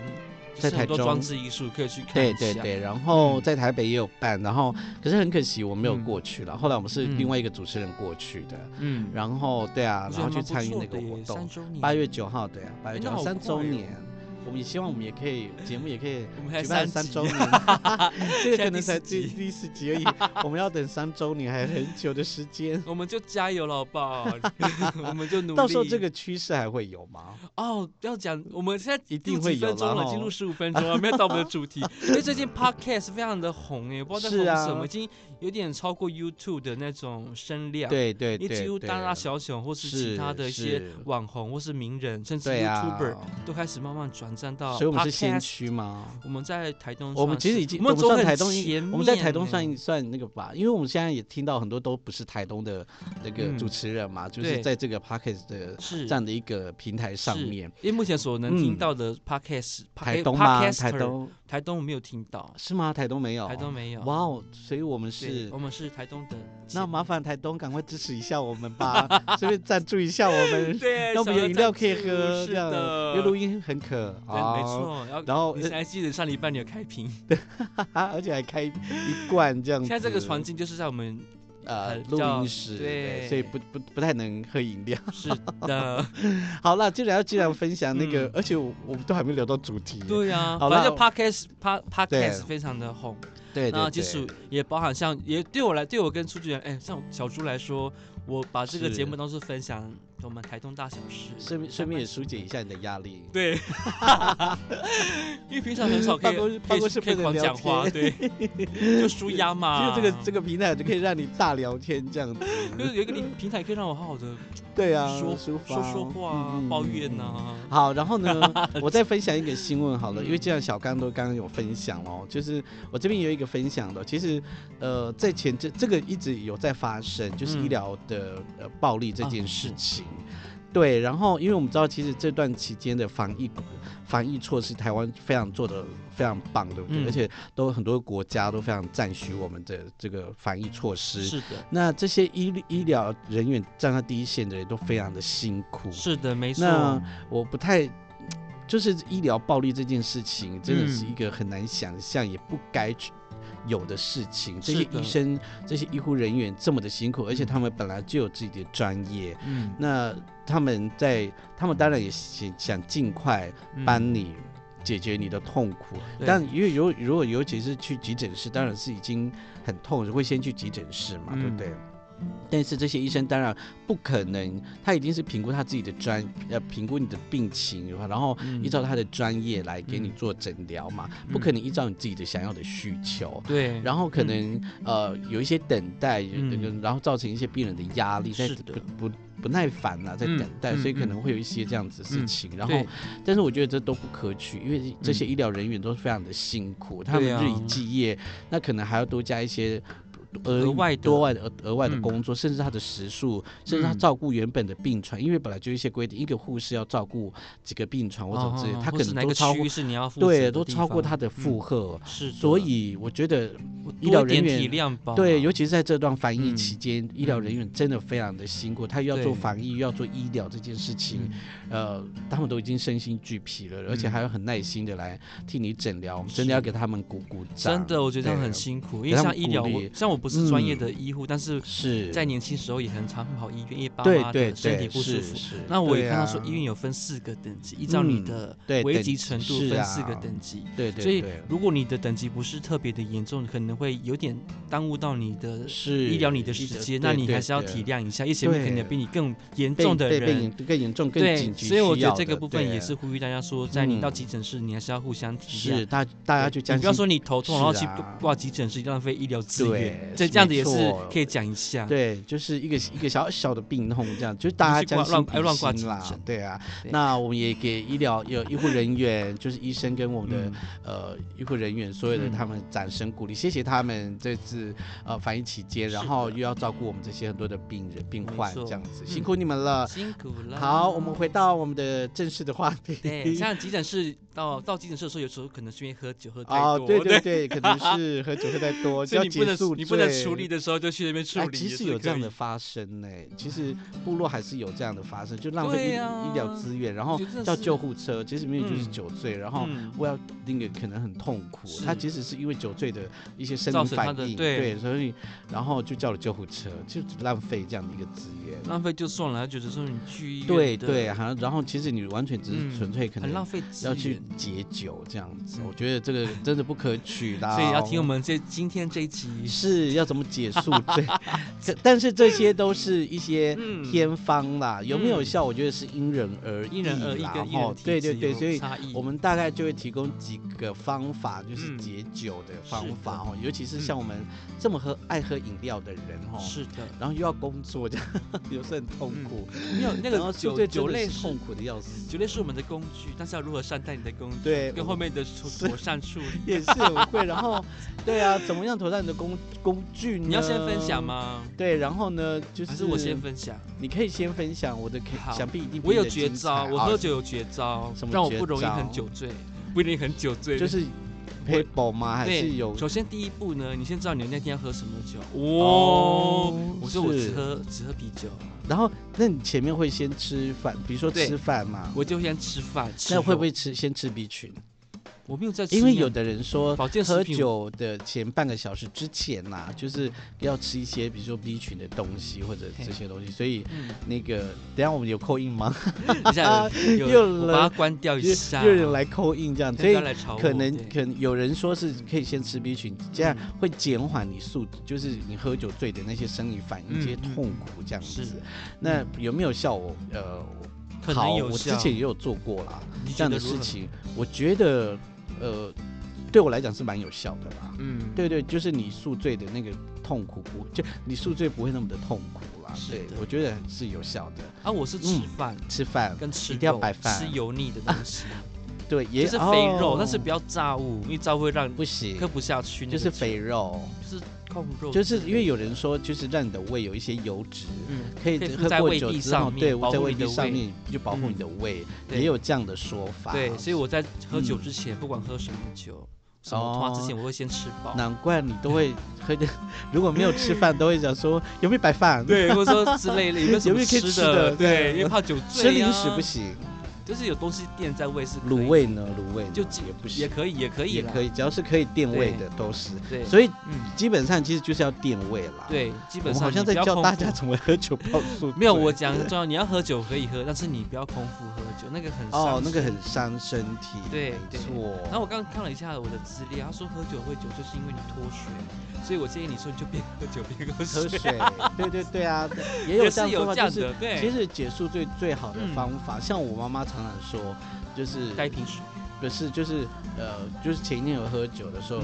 B: 就
A: 在
B: 是很
A: 台
B: 多
A: 中
B: 装置艺术可以去看
A: 对
B: 一
A: 对
B: 下。
A: 对，然后
B: 嗯
A: 在台北也有办，然后可是很可惜我没有
B: 嗯
A: 过去了，后来我们是
B: 嗯
A: 另外一个主持人过去的，
B: 嗯，
A: 然后对啊，
B: 我觉
A: 然后
B: 得还
A: 去参与那
B: 蛮不错
A: 个
B: 的
A: 活
B: 耶
A: 动
B: 三。周年，
A: 八月九号，对啊，八月
B: 哎
A: 九
B: 那
A: 号
B: 好
A: 三周
B: 快哦
A: 年，我们也希望我们也可以，节目也可以
B: 我们还
A: 举办
B: 三
A: 三
B: 集
A: 周年，
B: *laughs*
A: 这个
B: 现在
A: 可能
B: 第
A: 才
B: 四
A: 第
B: 集
A: 第四集而已，我们要等三周年还很久的时间。
B: 我们就加油了，好
A: *laughs*
B: 不好？ *laughs* 我们就努力。
A: 到时候这个趋势还会有吗？
B: 哦，要讲，我们现在
A: 一
B: 录
A: 定
B: 几
A: 会有
B: 分钟
A: 啦哦
B: 了，
A: 吼
B: 进入十五分钟了，没有到我们的主
A: *laughs*
B: 题，因为最近 podcast 非常的红诶，不知道在
A: 是
B: 红
A: 啊
B: 什么，已经有点超过 YouTube 的那种声量。。
A: 对对
B: 因为
A: 对，
B: 几乎
A: 对啊
B: 大大小小，或是其
A: 是
B: 他的一些
A: 是
B: 网红，或是名人，甚至
A: 对啊
B: YouTuber，、都开始慢慢转战到 podcast。
A: 所以我们是先驱吗？
B: 我们在台东算是，
A: 我们其实已经，
B: 我
A: 我
B: 们
A: 们
B: 走
A: 算
B: 很
A: 台东一
B: 前面，
A: 我们在台东算
B: 欸
A: 一算那个吧，因为我们现在也听到很多都不是台东的那个
B: 嗯
A: 主持人嘛，就
B: 对
A: 是在这个 p o c k e t 的
B: 是
A: 这样的一个平台上
B: 是
A: 面，
B: 因为目前所能听
A: 嗯
B: 到的 podcast，、
A: 台东吗？台，
B: 哎 podcaster，
A: 东
B: 台东我没有听到，
A: 是吗？台东没有，
B: 台东没有。
A: 哇哦，所以我们
B: 对
A: 是
B: 我们是台东的钱。
A: 那麻烦台东赶快支持一下我们吧， *laughs* 顺便赞助一下我们，*laughs*
B: 对，
A: 让我们有饮料可以
B: 小额赞助
A: 喝，
B: 是
A: 这样，因为
B: 的，
A: 录音很渴
B: 对，
A: 啊，
B: 没错。然后，
A: *laughs* 然后呃
B: 你现在记得上礼拜你有开瓶，
A: 啊，而且还开一罐这样子。
B: 现在这个环境就是在我们
A: 呃
B: 很
A: 录
B: 叫
A: 音室，
B: 对
A: 所以不不不太能喝饮料。 *laughs*
B: 是的，
A: 好啦，既然要既然分享那个，
B: 嗯
A: 而且我我们都还没聊到主题。
B: 对呀，
A: 好
B: 反
A: 啦
B: 正 podcast pa-
A: 对
B: podcast 非常的红，
A: 对
B: 那
A: 对
B: 啊其
A: 对，
B: 实也包含像也对我来对我跟朱志远，哎，像小猪来说，我把这个
A: 是
B: 节目当做分享我们台东大小事，
A: 顺便顺便也疏解一下你的压力。
B: *laughs* 对，因为平常很少可
A: 办
B: 以
A: 公室办公室
B: 可以可以
A: 不能
B: 狂
A: 聊
B: 讲话，
A: 天，
B: 对，就舒
A: *laughs*
B: 压嘛。
A: 就是这个这
B: 个，
A: 个平台就可以让你大聊天这样子。
B: 就是有一个平平台可以让我好好的
A: 对啊，
B: 嗯说
A: 抒发
B: 说说话啊
A: 嗯，
B: 抱
A: 嗯
B: 怨。
A: 嗯嗯
B: 呐，
A: 好，然后
B: *laughs*
A: 呢，我再分享一个新闻好了，因为既然小刚都刚刚有分享
B: 嗯
A: 哦，就是我这边也有一个分享的，其实呃，在前这这个一直有在发生，就是
B: 嗯哦
A: 医疗的、呃暴力这件事情。对，然后因为我们知道，其实这段期间的防疫呃防疫措施，台湾非常做的非常棒，对不对？
B: 嗯
A: 而且都很多国家都非常赞许我们的这个防疫措施。
B: 是的，
A: 那这些医医疗人员站在第一线的人都非常的辛苦，
B: 是的，没错。
A: 那我不太，就是医疗暴力这件事情，
B: 嗯
A: 真的是一个很难想象，也不该去有的事情。这
B: 是
A: 些
B: 的
A: 医生、这些医护人员这么的辛苦，而且他们本来就有自己的专业，
B: 嗯，
A: 那他们在，他们当然也想想尽快
B: 嗯
A: 帮你。解决你的痛苦，
B: 对
A: 但因为如如果尤其是去急诊室，当然是已经很痛，会先去急诊室嘛，对
B: 嗯
A: 不对？但是这些医生当然不可能，他已经是评估他自己的专呃评估你的病情，然后
B: 嗯
A: 依照他的专业来给你
B: 嗯
A: 做诊疗嘛，
B: 嗯
A: 不可能依照你自己的想要的需求。
B: 对，
A: 然后可能、呃有一些等待，
B: 嗯
A: 然后造成一些病人的压力，在
B: 是的
A: 不不不耐烦啦、在
B: 嗯
A: 等待，
B: 嗯
A: 所以可
B: 嗯
A: 能会有一些这样子的事
B: 嗯
A: 情。然后
B: 对，
A: 但是我觉得这都不可取，因为这些医疗人员都非常的辛苦，他们
B: 嗯对啊
A: 日以继夜，那可能还要多加一些。额
B: 额外的
A: 多外的额额外的
B: 嗯
A: 工作，甚至他的时数，甚至他
B: 嗯
A: 照顾原本的病床，因为本来就有一些规定，一个护士要照顾几个病床或者之类，
B: 哦
A: 他
B: 或
A: 可
B: 是
A: 能
B: 哪
A: 都
B: 个
A: 超
B: 区
A: 过
B: 域，是你要负责
A: 对，
B: 的
A: 都
B: 地
A: 超过
B: 方嗯
A: 他的负荷，
B: 是的，
A: 所以我觉得
B: 我
A: 医
B: 多
A: 疗
B: 一点
A: 人员
B: 体谅吧。
A: 对，尤其是在这段防疫
B: 啊嗯
A: 期间，医疗
B: 嗯
A: 人员真的非常的辛苦，他又要做
B: 对
A: 防疫，又要做医疗这件事情
B: 嗯，
A: 呃，他们都已经身心俱疲了，而且
B: 嗯
A: 还要很耐心的来替你诊疗，我们
B: 是
A: 真的要给他们鼓鼓掌。
B: 真的，我觉得这样
A: 对
B: 很辛苦，
A: 给
B: 因为
A: 他
B: 像
A: 们
B: 医
A: 鼓
B: 疗，我
A: 励
B: 像我不是专业
A: 嗯
B: 的医护，但是
A: 是
B: 在年轻时候也很常跑医院，因为爸
A: 对
B: 妈
A: 对
B: 的
A: 对，
B: 身体不舒
A: 是
B: 服。
A: 是
B: 那我也
A: 对
B: 看到
A: 啊
B: 说，医院有分四个等级，依照你
A: 嗯
B: 的
A: 对
B: 危
A: 等级
B: 急程度
A: 是
B: 分
A: 啊
B: 四个等级。
A: 对对
B: 所以
A: 对，
B: 如果你的等级不是特别的严重，可能会有点耽误到你的
A: 是
B: 医疗你的时间，那你还是要体。谅一下，因为前面可能
A: 对
B: 有比你更严
A: 对对对
B: 重
A: 对
B: 的
A: 被被
B: 人
A: 严。更严重、更
B: 对
A: 紧，急需
B: 所
A: 要的，
B: 以我觉得这个部分
A: 对啊
B: 也是呼吁大家说，在你到
A: 嗯
B: 急诊室，你还是要互相体谅。
A: 是大大家就
B: 对
A: 将
B: 你不要
A: 心
B: 说你头痛，然后
A: 是
B: 去
A: 啊
B: 挂急诊是浪费医疗资源，
A: 对
B: 这
A: 是
B: 这样子
A: 没
B: 也是
A: 错
B: 可以讲一下。
A: 对，就是一个一个小小的病痛这样，就是大家
B: 去挂
A: 将
B: 乱
A: 心比
B: 乱挂
A: 心
B: 急
A: 啦
B: 诊，
A: 对啊。
B: 对
A: 那我们也给医疗有医护人员，就是医生跟我们的、
B: 嗯，
A: 呃医护人员所有的
B: 嗯
A: 他们掌声鼓励，谢谢他们这次呃防疫期间，然
B: 是
A: 后
B: 的
A: 又要照顾我们这些很多的病人病
B: 没
A: 患
B: 错
A: 这样子，
B: 嗯
A: 辛苦你们了。
B: 辛苦了。
A: 啊好，我们回到我们的正式的话题。 *laughs*
B: 对，像急诊室到到急诊室的时候，有时候可能是因为喝酒喝太
A: *laughs* 哦
B: 多，，
A: 对对对，可能是喝酒喝太
B: *laughs*
A: 多，就
B: 所
A: 要
B: 以你不
A: 结
B: 能
A: 束
B: 你不能处
A: 醉
B: 理的时候就去那边处
A: 哎，
B: 理。
A: 其
B: 也
A: 实
B: 是
A: 有这
B: 可
A: 样
B: 以
A: 的，发生呢、其实部落还是有这样的发生，就浪
B: 对
A: 费医、
B: 啊
A: 医疗资源，然后
B: 觉得真的
A: 哦叫
B: 是
A: 救护哦车，其实明明就是
B: 嗯
A: 酒醉，然后
B: 嗯
A: 我要那个可能很痛苦，
B: 是
A: 他其实是因为酒醉的一些生
B: 造
A: 理
B: 成
A: 反
B: 他的
A: 应，
B: 对
A: 所以然后就叫了救护车，就浪费这样的一个资源。
B: 浪费就算了，觉得说你去医院
A: 对
B: 的
A: 对，好像然后其实你完全只
B: 嗯
A: 是纯粹可
B: 很浪
A: 能
B: 费资
A: 要去
B: 源。
A: 解酒这样子，
B: 嗯
A: 我觉得这个真的不可取
B: *laughs*
A: 啦。哦
B: 所以要听我们这今天这一集，
A: 啊是要怎么解
B: *laughs*
A: 释对，可但是这些都是一些
B: 嗯
A: 偏方啦，有没有
B: 嗯
A: 效？我觉得是因人而
B: 因人而异
A: 啦
B: 跟因
A: 吼
B: 人体
A: 对对
B: 质
A: 对，
B: 有
A: 所以
B: 差异
A: 我们大概就会提供几个方法，就是
B: 嗯
A: 解酒的方
B: 是
A: 法
B: 的
A: 哦，尤其是
B: 嗯
A: 像我们这么喝爱喝饮料的人哦，
B: 是的，
A: 然后又要工作，这样有时候很痛苦。
B: 没有那
A: 然后
B: 个
A: 宿
B: 酒
A: 醉
B: 酒
A: 真的
B: 类
A: 是
B: 是
A: 痛苦的要死，
B: 酒类是我们的工具，但是要如何善待你的工具，
A: 对
B: 跟
A: 我
B: 后面的处
A: 是
B: 妥善处理。
A: 也是很会。然后，对啊，怎么样妥善你的工工具呢？
B: 你要先分享？吗？
A: 对，然后呢，就
B: 还是我先分享？
A: 你可以先分享我的可
B: 好，
A: 想必一定比
B: 我有
A: 你的
B: 绝
A: 精
B: 招，
A: 彩
B: 我
A: 啊
B: 喝酒有绝招
A: 什，么
B: 让我
A: 绝
B: 不容易
A: 招
B: 很酒醉，不一定很酒醉。
A: 就是配宝吗？还是有
B: 首先第一步呢，你先知道你那天要喝什么酒。
A: 哦
B: 哦，我说我只
A: 是
B: 喝只喝啤酒，
A: 然后，那你前面会先吃饭，比如说
B: 对
A: 吃饭嘛，
B: 我就先吃饭。吃
A: 那会
B: 肉
A: 不会吃先吃 B 群？
B: 我没有在吃面？
A: 因为有的人说，
B: 保健食
A: 喝
B: 品
A: 酒的前半个小时之前呐、就是要吃一些，比如说 B 群的东西或者这些东西。所以
B: 嗯，
A: 那个，等一下我们有扣印吗？
B: 等一下有
A: 啊又
B: 有，我
A: 来
B: 把它关掉
A: 又
B: 一下。啊
A: 又有人来扣印这样，
B: 看
A: 所以
B: 他来吵我
A: 可能
B: 对
A: 可能有人说是可以先吃 B 群，这样会减缓你宿，就是你喝酒醉的那些生理反应、
B: 嗯
A: 这些
B: 嗯
A: 痛苦这样子
B: 是。
A: 那有没有效？我呃，
B: 可
A: 好，
B: 能有
A: 我之
B: 效
A: 前也有做过啦，
B: 你
A: 这样
B: 觉
A: 的
B: 得如
A: 事
B: 何
A: 情，我觉得呃，对我来讲是蛮有效的啦。
B: 嗯，
A: 对对，就是你宿醉的那个痛苦不，就你宿醉不会那么的痛苦啦。
B: 是
A: 对
B: 的，
A: 我觉得是有效的。
B: 啊，我是吃饭
A: 吃饭，
B: 跟
A: 嗯
B: 吃
A: 一定要
B: 肉
A: 白饭
B: 吃油腻的东西，
A: 对，也
B: 就是肥肉
A: 哦，
B: 但是不要炸物，因为炸物会让
A: 不行
B: 喝，不下去。
A: 就是肥，肉，
B: 就是控肉，
A: 就是因为有人
B: 说，
A: 说，就是让你的胃有一些油脂。
B: 嗯，
A: 可以
B: 可以
A: 喝
B: 在
A: 过
B: 胃
A: 酒
B: 壁
A: 之
B: 上
A: 后，
B: 面
A: 对，
B: 保
A: 在
B: 护
A: 胃
B: 你的
A: 壁上
B: 胃
A: 面就保护你
B: 嗯
A: 的胃，
B: 对
A: 也有这样的说法。
B: 对，所以我在喝酒
A: 嗯哦
B: 之前，不管喝什么酒，什么话之前，我会先吃饱。
A: 难怪你都会喝的， *laughs* 如果没有吃饭，都会想
B: *laughs*
A: 说有没有白饭？，
B: 对，或者说之类的，有没有什
A: 有没
B: 么
A: 有可以吃
B: 的？
A: 的
B: 对，
A: 对
B: 因为怕酒
A: 吃
B: 醉
A: 零
B: 啊
A: 食不，行，
B: 就是有东西垫在胃是可以
A: 卤味呢？卤味呢
B: 就
A: 也不
B: 也
A: 行，
B: 可以，也可以，
A: 也可，以，只要是可以垫胃的都是。
B: 对，
A: 所以
B: 嗯，
A: 基本上其实就是要垫胃啦。，
B: 对，基
A: 我
B: 本
A: 们
B: 上
A: 好像
B: 你
A: 在
B: 不要
A: 教
B: 空
A: 大
B: 腹。
A: 家怎么喝酒泡素
B: *laughs* 没有，我讲很重要，你要喝酒可以喝，但是你不要空腹喝酒，那个很伤
A: 哦，那个
B: 身
A: 很伤身体，
B: 对
A: 没
B: 对
A: 错。
B: 然后我刚刚看了一下我的资料，他说喝酒会酒就是因为你脱水，所以我建议你说你就边喝酒边喝
A: 喝
B: 水，
A: 水，
B: *laughs*
A: 对对对啊，也有
B: 也
A: 这
B: 是
A: 样说
B: 有
A: 法，
B: 这样
A: 就是
B: 的，对，
A: 其实解宿最最好的
B: 嗯
A: 方法，像我妈妈常常说，就是
B: 该平时，
A: 不是，就是呃，就是前一天有喝酒的时
B: 嗯
A: 候，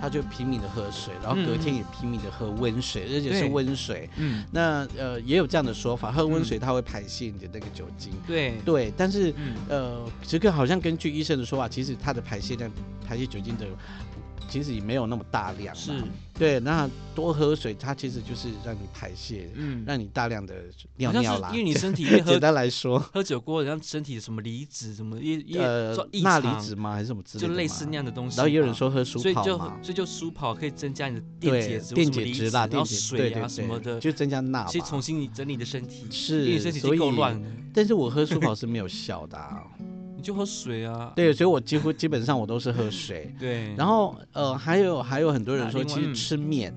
A: 他就拼命的喝水，然后隔天也拼命的喝温水，而且是
B: 对
A: 温水。
B: 嗯，
A: 那呃，也有这样的说法，喝温
B: 嗯
A: 水它会排泄你的那个酒精。
B: 对，
A: 对，但是
B: 嗯，
A: 呃，这个好像根据医生的说法，其实它的排泄量、排泄酒精的，其实也没有那么大量。
B: 是，，
A: 对，那多喝水，它其实就是让你排泄，
B: 嗯，
A: 让你大量的尿
B: 好像
A: 尿
B: 是
A: 啦。
B: 因为你身体因为
A: 简
B: 喝
A: 单来说，
B: 喝酒过后，然后身体什么离子什么一一
A: 呃
B: 做，异
A: 钠离
B: 常
A: 子吗？还是什么之类的
B: 就
A: 吗？
B: 类似那样的东西吧，
A: 然后也有人说喝舒
B: 所以
A: 跑
B: 就
A: 嘛，
B: 所以就舒跑可以增加你的
A: 对
B: 电解质、
A: 电
B: 什么
A: 解
B: 离
A: 质
B: 子
A: 啦，
B: 然
A: 电
B: 后
A: 解质对
B: 水
A: 对
B: 啊什么
A: 对，
B: 的，
A: 就增加钠
B: 去重
A: 吧。
B: 新你整理你的身体，因为你
A: 是，
B: 身体已
A: 所
B: 经
A: 以
B: 够乱了，
A: 但是我喝舒跑是没有
B: *laughs*
A: 效的、啊，
B: 你就喝水啊。
A: 对，所以我几乎基本上我都是喝水。
B: 对，
A: 然后呃，还有还有很多人
B: 嗯那
A: 说，
B: 另外
A: 其实
B: 嗯
A: 吃面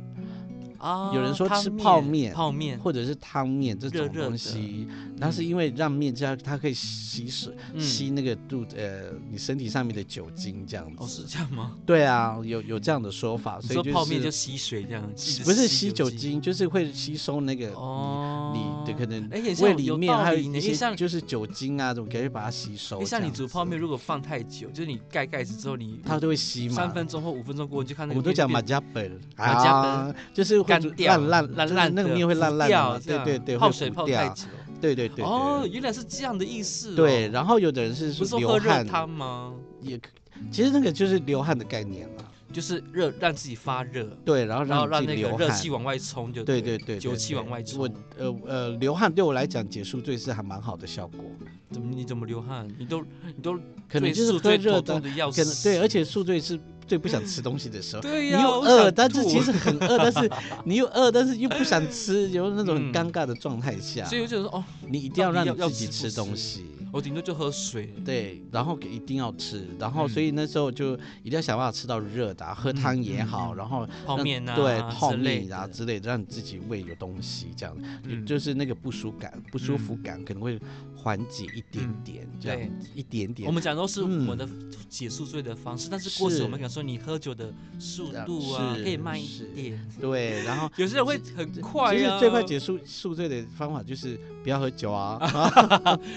B: 啊，
A: 有人说
B: 汤
A: 吃
B: 面
A: 泡面
B: 泡面
A: 或者是汤面这
B: 热
A: 种
B: 热的
A: 东西，那是因为让面这样它可以吸食
B: 嗯
A: 吸那个肚呃你身体上面的酒精这样
B: 哦，
A: 子。
B: 是这样吗？
A: 对啊，有有这样的说法，
B: 你
A: 所以
B: 说
A: 就
B: 泡面
A: 是
B: 就吸水这样，一直
A: 不是吸酒
B: 精
A: 精，就是会吸收那个你
B: 哦
A: 你的可能
B: 哎也像
A: 胃
B: 有
A: 里
B: 有
A: 面
B: 道
A: 还有一
B: 理呢因为
A: 些
B: 像
A: 就是酒精啊，总可以把它吸收这样子。
B: 你像你煮泡面，如果放太久，就是你盖盖子之后，你
A: 它都会吸嘛。
B: 三分钟或五分钟过后，你就看
A: 我
B: 那个
A: 们都
B: 面
A: 讲
B: 就
A: 马
B: 变
A: 加本，
B: 马加本
A: 啊就是会
B: 干
A: 煮
B: 掉
A: 烂烂就
B: 烂
A: 是
B: 烂
A: 那个
B: 的
A: 面会
B: 糊
A: 烂烂
B: 掉
A: 的嘛，
B: 这
A: 对
B: 样
A: 对对，
B: 泡
A: 会
B: 水
A: 糊
B: 泡太
A: 掉，
B: 久。
A: 对对对
B: 哦，
A: 对
B: 原来是这样的意思哦。
A: 对。然后有的人是
B: 不是
A: 说
B: 说
A: 流
B: 喝热
A: 汗，
B: 汤吗？
A: 也可其实那个就是流汗的概念了。
B: 就是热让自己发热，
A: 对，然后
B: 然后
A: 让
B: 让
A: 你自
B: 那
A: 己
B: 个
A: 流
B: 热
A: 汗
B: 气。往外冲，就
A: 对
B: 对
A: 对对，
B: 酒
A: 对
B: 气往
A: 对
B: 外冲
A: 我。呃呃，流汗对我来讲，解宿醉是还蛮好的效果。
B: 怎么你怎么流汗？你都你都
A: 可能
B: 最
A: 就是
B: 宿
A: 喝
B: 醉
A: 热
B: 头
A: 的
B: 痛，的要
A: 可
B: 死。
A: 能对，而且宿醉是最不想吃东西的时候。
B: 对
A: 你
B: 呀、
A: 又
B: 我想
A: 饿，但是
B: 吐
A: 其实很饿，但
B: *laughs*
A: 是你又饿，但是又不想吃，有那种很
B: 嗯
A: 尴尬的状态下，
B: 所以我就说哦，
A: 你一定要
B: 到
A: 让
B: 底
A: 你
B: 要要
A: 自己
B: 吃不
A: 吃东
B: 吃
A: 西。
B: 我顶多就喝水。
A: 对，然后一定要吃，然后所
B: 嗯
A: 以那时候就一定要想办法吃到热的啊、喝
B: 嗯
A: 汤也
B: 嗯
A: 好，
B: 嗯
A: 然后
B: 泡
A: 让
B: 面啊
A: 对
B: 之
A: 泡
B: 类
A: 面啊
B: 的
A: 之类的，让你自己胃有东西，这样
B: 嗯
A: 就是那个不舒感、不舒服感可能会缓解一点
B: 嗯
A: 点，这样
B: 对
A: 子一点点
B: 我。们讲都是我
A: 嗯
B: 们的解宿醉的方式，但是过时我们
A: 是
B: 讲说你喝酒的速
A: 啊
B: 度啊，可以
A: 是
B: 慢一
A: 是
B: 点。
A: 对，然后
B: 有些人会很快啊
A: 其实
B: 呀、
A: 最快解宿宿醉的方法就是不要喝酒
B: *laughs*
A: 啊，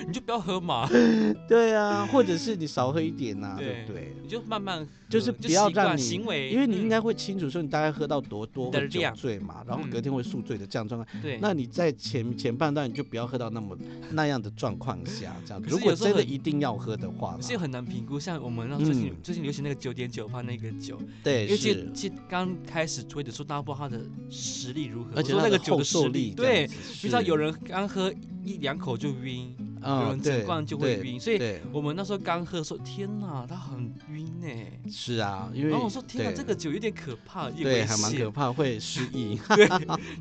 B: 你就不要喝嘛，
A: 对啊，或者是你少喝一点呐、对不
B: 嗯对
A: 对？
B: 你就慢慢喝，
A: 就是不要
B: 习惯
A: 让你
B: 行为，
A: 因为你应
B: 嗯、
A: 该会清楚说你大概喝到多多
B: 的
A: 会酒
B: 量
A: 醉嘛，然后
B: 嗯
A: 隔天会宿醉的这样状况。
B: 对，
A: 那你在前前半段你就不要喝到那么那样的状况下，这样。
B: 可是
A: 如果
B: 有时候
A: 真的
B: 很
A: 一定要喝的话
B: 可是也
A: 啦，
B: 很难评估，像我们那最近、
A: 嗯
B: 最近流行那个九点九趴那个酒，
A: 对
B: 因为其
A: 是
B: 实，其实刚开始推的时候，大家不知道它的实力如何，
A: 而且
B: 我说
A: 它
B: 那个
A: 的
B: 酒
A: 后
B: 的实
A: 受
B: 力，
A: 力
B: 对，
A: 你
B: 你知道有人刚喝一两口就晕，有
A: 嗯，
B: 人整
A: 对，
B: 罐就会
A: 对
B: 晕，所以
A: 对
B: 我们那时候刚喝说，天哪，它很晕呢、
A: 是啊，因为
B: 然后我说，天哪，
A: 对
B: 这个酒有点可怕，有点
A: 对
B: 危
A: 还蛮
B: 险
A: 可怕，会失忆。
B: *laughs*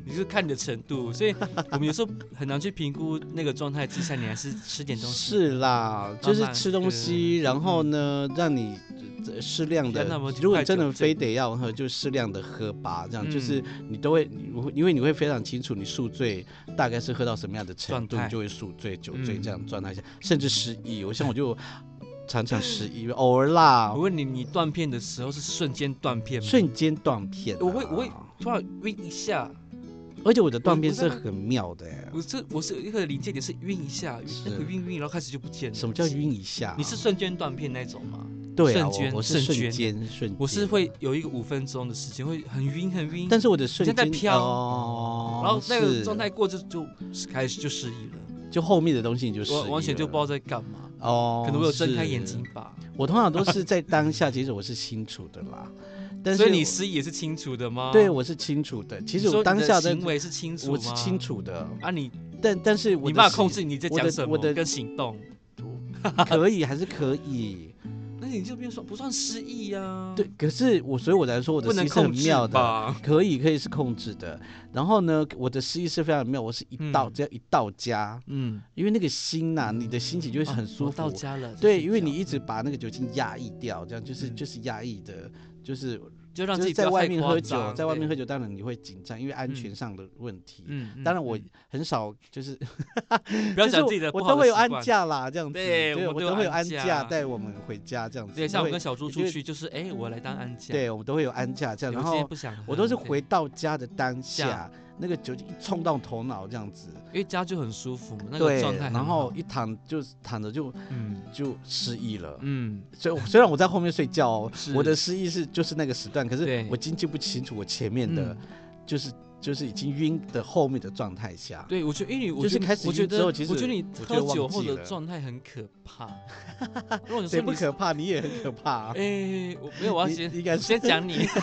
B: 你就看你的程度，所以我们有时候很难去评估那个状态之下，你还是吃点东西，
A: 是啦，就是
B: 慢慢
A: 吃东西，
B: 喝
A: 然后呢，让你呃适量
B: 不要
A: 的
B: 那么。快
A: 如果你真
B: 酒
A: 的
B: 醉
A: 非得要喝，就适量的喝吧。这样、就是
B: 嗯
A: 你都会，你会因为你会非常清楚你宿醉大概是喝到什么样的程度，
B: 状态
A: 你就会宿醉、酒醉
B: 嗯
A: 这样状态下，甚至失忆。我像我就常常失
B: *laughs*
A: 忆，偶尔啦
B: 我，问你，你断片的时候是瞬间断片吗？
A: 啊瞬间断片、啊。
B: 我会我会突然晕一下，
A: 而且我的断
B: 我
A: 片
B: 我在
A: 是很妙的、欸。
B: 我是我是一个临界点是晕一下，
A: 是
B: 那个晕晕，然后开始就不见了。
A: 什么叫？晕啊一下？
B: 你是瞬间断片那种吗？
A: 对啊，
B: 瞬
A: 我
B: 间
A: 我是
B: 瞬
A: 瞬
B: 间
A: 间瞬间，
B: 我是会有一个五分钟的时间会很晕很晕，
A: 但是我的瞬
B: 像在
A: 间
B: 飘
A: 哦、
B: 然后那个
A: 是
B: 状态过就就是开始就失忆了，
A: 就后面的东西你就失
B: 我完全
A: 忆
B: 就
A: 了
B: 不知道在干嘛，
A: 哦，
B: 可能我有睁开眼睛
A: 是。
B: 吧。
A: 我通常都是在当下，其实我是清楚的
B: *laughs*
A: 啦，但是
B: 所以你
A: 我
B: 失忆也是清楚的吗？
A: 对我是清楚的，其实
B: 你说
A: 我
B: 你
A: 当
B: 的
A: 下的
B: 行为是清楚吗？
A: 我是清楚的，
B: 啊你，
A: 但但是我
B: 你
A: 的
B: 办法控
A: 行
B: 制你在
A: 我
B: 讲
A: 的
B: 什
A: 我
B: 么
A: 的
B: 跟行动，
A: 可以还是可
B: *laughs*
A: 以，
B: 那你这边说不算失忆啊？
A: 对，，可是我所以我来说我的
B: 不
A: 失
B: 能
A: 忆是很
B: 控制
A: 妙的，嗯
B: 吧？
A: 可以可以是控制的，然后呢，我的失忆是非常妙，我是一到、
B: 嗯
A: 只要一到家，
B: 嗯，
A: 因为那个心呐、你的心情就会
B: 啊
A: 很舒
B: 我
A: 服，
B: 到家了，
A: 对，
B: 就睡
A: 因为
B: 觉
A: 你一直把那个酒精压抑掉，这样就是
B: 嗯
A: 就是压抑的，就是
B: 就让
A: 就
B: 自
A: 是
B: 己
A: 在外面喝酒，在外面喝
B: 酒，
A: 酒，当然你会紧张，因为安
B: 嗯
A: 全上的问题。
B: 嗯，
A: 当然我
B: 嗯
A: 很少就是，
B: 不
A: 就
B: 要
A: 是
B: 讲自己的
A: 我
B: 不
A: 我
B: 好
A: 都
B: 的
A: 会有
B: 习
A: 安
B: 惯。
A: 驾啦，这样子，
B: 对
A: 对
B: 我们都
A: 都
B: 有
A: 会有
B: 安
A: 安
B: 驾
A: 驾带我们回家这样子。
B: 对，像我
A: 会
B: 跟小猪
A: 因
B: 出
A: 为
B: 去就是，哎，我来当安家。
A: 对，我们都会有安驾这
B: 有
A: 样，
B: 些
A: 然后
B: 不想喝，
A: 我都是
B: 对
A: 回，到家的当
B: 下
A: 下，那个酒精一冲到头脑这样子，
B: 因为家就很舒服嘛，那个
A: 对，
B: 状态很好。
A: 然后一躺就是躺着就
B: 嗯
A: 就失忆了。
B: 嗯，
A: 所以我虽然我在后面睡觉、哦
B: 是，
A: 我的失忆是就是那个时段，可是
B: 对
A: 我已经记不清楚我前面的，
B: 嗯
A: 就是就是已经晕的后面的状态下。
B: 对，我觉得，因为我
A: 就是
B: 觉得
A: 开始
B: 我
A: 晕
B: 觉
A: 之
B: 得，
A: 后其
B: 我觉
A: 实
B: 得你
A: 我
B: 喝
A: 就忘
B: 酒后
A: 记
B: 的
A: 了
B: 状态很可
A: *laughs*
B: 怕。如果你
A: 谁
B: 说
A: 不
B: 你是，
A: 可怕？你也很可怕、啊。
B: 哎，我没有，我要
A: 你
B: 先
A: 应该是
B: 先讲你， *laughs*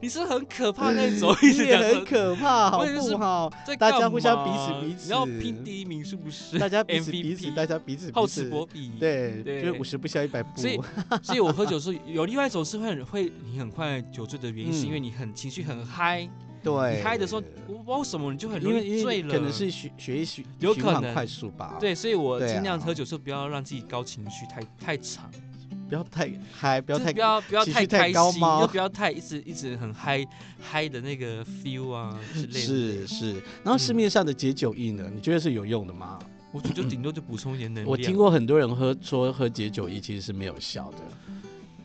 B: 你是很可怕那
A: *laughs*
B: 种，一
A: 你
B: 直
A: 也
B: 讲
A: 很
B: 说
A: 可怕，好
B: 我也是
A: 不好？
B: 在
A: 大
B: 干
A: 家互相彼此
B: 嘛
A: 彼
B: 你要
A: 此
B: 拼第一名是不是？
A: 大家彼此
B: MVP
A: 彼此，大家彼此
B: 厚
A: 彼
B: 此
A: 此。
B: 薄彼。，
A: 对，
B: 对
A: 就是五十步笑一百步。
B: 所以所以我喝酒的时候有另外一种是会很会你很快酒醉的原因，是因为你很情绪很嗨，
A: 对，
B: 你嗨的时候我不知道为什么你就很
A: 因
B: 容
A: 为
B: 易
A: 因为
B: 醉了，
A: 可能是血血液循
B: 有
A: 循
B: 可
A: 环
B: 能
A: 快速吧。，
B: 对，所以我
A: 对啊
B: 尽量喝酒的时候不要让自己高情绪太太长，
A: 不要太嗨，不
B: 不
A: 要太
B: 不要不要
A: 情
B: 太
A: 绪太
B: 开
A: 高
B: 心，
A: 吗
B: 又不要太一直一直很嗨嗨的那个 feel 啊之类的。
A: 是是，然后市
B: 嗯
A: 面上的解酒液呢，你觉得是有用的吗？
B: 我觉得就顶多就补充一点能量。
A: 我听，过很多人喝说喝解酒液其实是没有效的，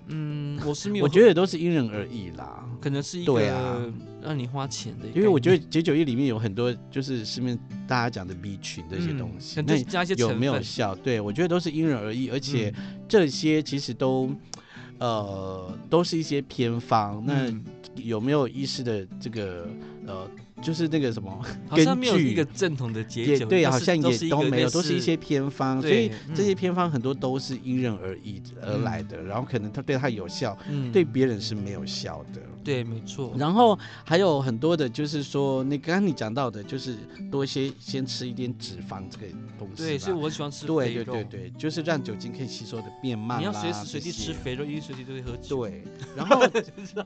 B: 嗯，我是没有
A: 我
B: 喝，
A: 觉得也都是因人而异啦。
B: 可能是一
A: 对啊
B: 个让你花钱的概念，
A: 因为我觉得解酒液里面有很多就是市面大家讲的 B 群这些
B: 嗯
A: 东西，
B: 可
A: 那
B: 能就是加一些
A: 有
B: 成
A: 没有
B: 分
A: 效？对我觉得都是因人而异，而且
B: 嗯
A: 这些其实都。呃，都是一些偏方。那
B: 嗯
A: 有没有医师的这个呃，就是那个什么
B: 好像没有
A: 根据
B: 一个正统的解
A: 也
B: 酒，
A: 对，啊
B: 但
A: 好
B: 是
A: 像
B: 都是
A: 也
B: 一
A: 都
B: 个
A: 没
B: 类
A: 有，都是一
B: 似
A: 些偏方，所以
B: 对
A: 这些
B: 嗯
A: 偏方很多都是因人而异而
B: 嗯
A: 来的，然后可能它对它有效，
B: 嗯
A: 对别人是没有效的。
B: 对，没错，
A: 然后还有很多的，就是说你刚刚你讲到的，就是多些先吃一点脂肪这个东西吧。
B: 对，所以我很喜欢吃
A: 对
B: 肥
A: 对
B: 肉，
A: 对对，就是让酒精可以吸收的变慢
B: 你要
A: 啦
B: *laughs* 随时随地
A: 这
B: 吃
A: 些
B: 肥肉，因为随时都会喝酒，
A: 对，然后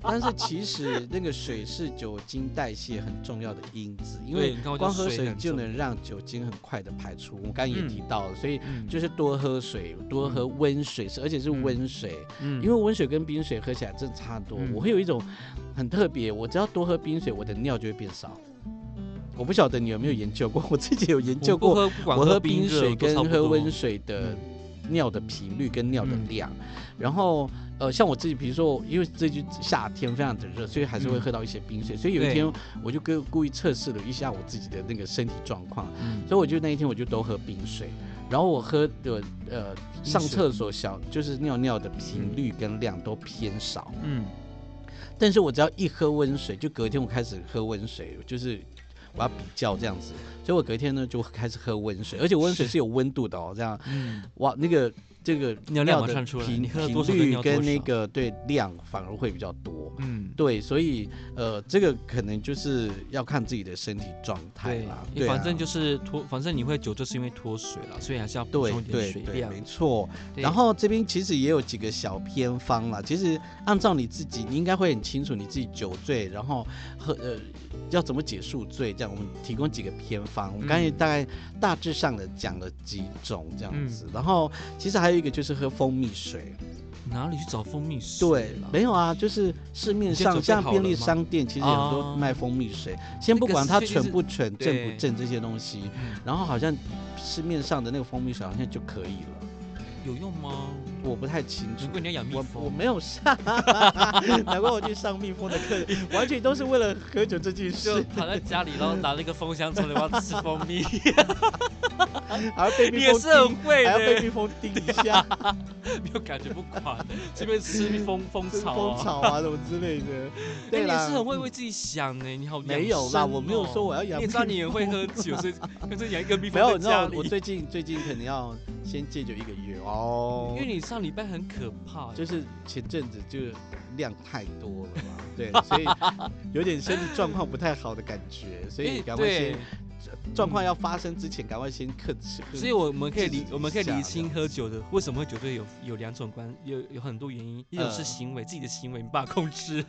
A: 但是其实那个水是酒精代谢很重要的因子，因为
B: 对你看我
A: 光
B: 就
A: 喝
B: 水
A: 水
B: 很
A: 就
B: 重
A: 能让酒精很快的排出。我刚刚也
B: 嗯
A: 提到了，所以
B: 嗯
A: 就是多喝水，多喝温水，是而且是
B: 嗯
A: 温水，
B: 嗯
A: 因为温水跟冰水喝起来真的差很多。
B: 嗯
A: 我会有一种很特别，我只要多喝冰水，我的尿就会变少。我不晓得你有没有研究过，我自己有研
B: 我
A: 究
B: 不
A: 过，
B: 喝，不管
A: 我喝
B: 冰
A: 冰
B: 热
A: 水
B: 都
A: 跟
B: 差不
A: 喝
B: 多
A: 温水的尿的频率跟尿的
B: 嗯
A: 量，然后呃，像我自己，比如说，因为最近夏天非常的热，所以还是会
B: 嗯
A: 喝到一些冰水，所以有一
B: 对
A: 天我就故故意测试了一下我自己的那个身体状况，
B: 嗯
A: 所以我就那一天我就都喝冰水，然后我喝的呃上厕所小就是尿尿的频率跟量都偏少，
B: 嗯，
A: 但是我只要一喝温水，就隔天我开始喝温水，就是我要比较这样子，所以我隔天呢就开始喝温水，而且温水是有温度的哦，这样
B: 嗯
A: 哇那个这个
B: 尿量马
A: 的
B: 上出来
A: 频
B: 你喝了
A: 频
B: 多少就
A: 率
B: 尿多
A: 跟那
B: 少
A: 个对量反而会比较多。
B: 嗯，
A: 对，所以呃，这个可能就是要看自己的身体状态
B: 对
A: 啦。，
B: 因
A: 对
B: 为
A: 啊，
B: 反正就是脱，反正你会久就是因为脱水了，所以还是要补
A: 对
B: 充一点
A: 对
B: 水
A: 对，
B: 量。
A: 没错。
B: 对
A: 然后这边其实也有几个小偏方啦。其实按照你自己，你应该会很清楚你自己酒醉，然后喝呃要怎么解宿醉。这样，我们提供几个偏方。我们刚才
B: 嗯
A: 大概大致上的讲了几种这样
B: 嗯
A: 子。然后其实还有一个就是喝蜂蜜水。
B: 哪里去找蜂蜜水？
A: 对，没有啊，就是市面
B: 你先
A: 上
B: 准备
A: 像
B: 好
A: 便
B: 了
A: 利
B: 吗
A: 商店，其实有很多
B: 啊
A: 卖蜂蜜水。先
B: 那
A: 不
B: 个
A: 管
B: 是
A: 它
B: 确实
A: 纯
B: 是
A: 不纯、正
B: 对
A: 不正这些东西，
B: 嗯
A: 然后好像市面上的那个蜂蜜水好像就可以了。
B: 有用吗？
A: 我不太清楚
B: 难。怪你要养蜜
A: 我我
B: 蜂。
A: 没有上， *laughs* 难怪我去上蜜蜂的课，完全都是为了喝酒这件
B: 就
A: 事，
B: 躺在家里，然后拿了一个蜂箱出来，我要吃蜂蜜，
A: 还要被
B: *laughs* 你
A: 蜜
B: 也
A: 蜂
B: 是很
A: 叮，
B: 会
A: 还要被
B: 的，啊
A: 蜜蜂叮一
B: *laughs*
A: 下，
B: 没有感觉不管，这边吃蜂蜂
A: 这是
B: 草
A: 蜂
B: 啊。
A: 草啊什么之类的。
B: 哎，
A: 对
B: 你也是
A: 啦，嗯
B: 很会为自己想呢，你好养
A: 没有啦，
B: 生
A: 我没有
B: 哦
A: 说我要养
B: 你
A: 蜜
B: 也知
A: 蜂
B: 道。你也会喝酒，
A: *laughs*
B: 所以干脆养一个蜜
A: 没
B: 蜂
A: 有，
B: 在
A: 你知道
B: 家里
A: 我。最近最近可能要先戒酒一个月
B: 因
A: 哦
B: 为，你上礼拜很可怕，欸
A: 就是前阵子就量太多了
B: *laughs*
A: 嘛，对，所以有点身体状况不太好的感觉，所以
B: 因为
A: 赶快先
B: 对，
A: 状况要发生之前赶快先克制。
B: 所以我们可以
A: 自己
B: 理我们可以
A: 想
B: 理清
A: 的
B: 喝酒的为什么会酒醉有有两种关有有很多原因，一种是
A: 嗯
B: 行为、自己的行为没办法控制，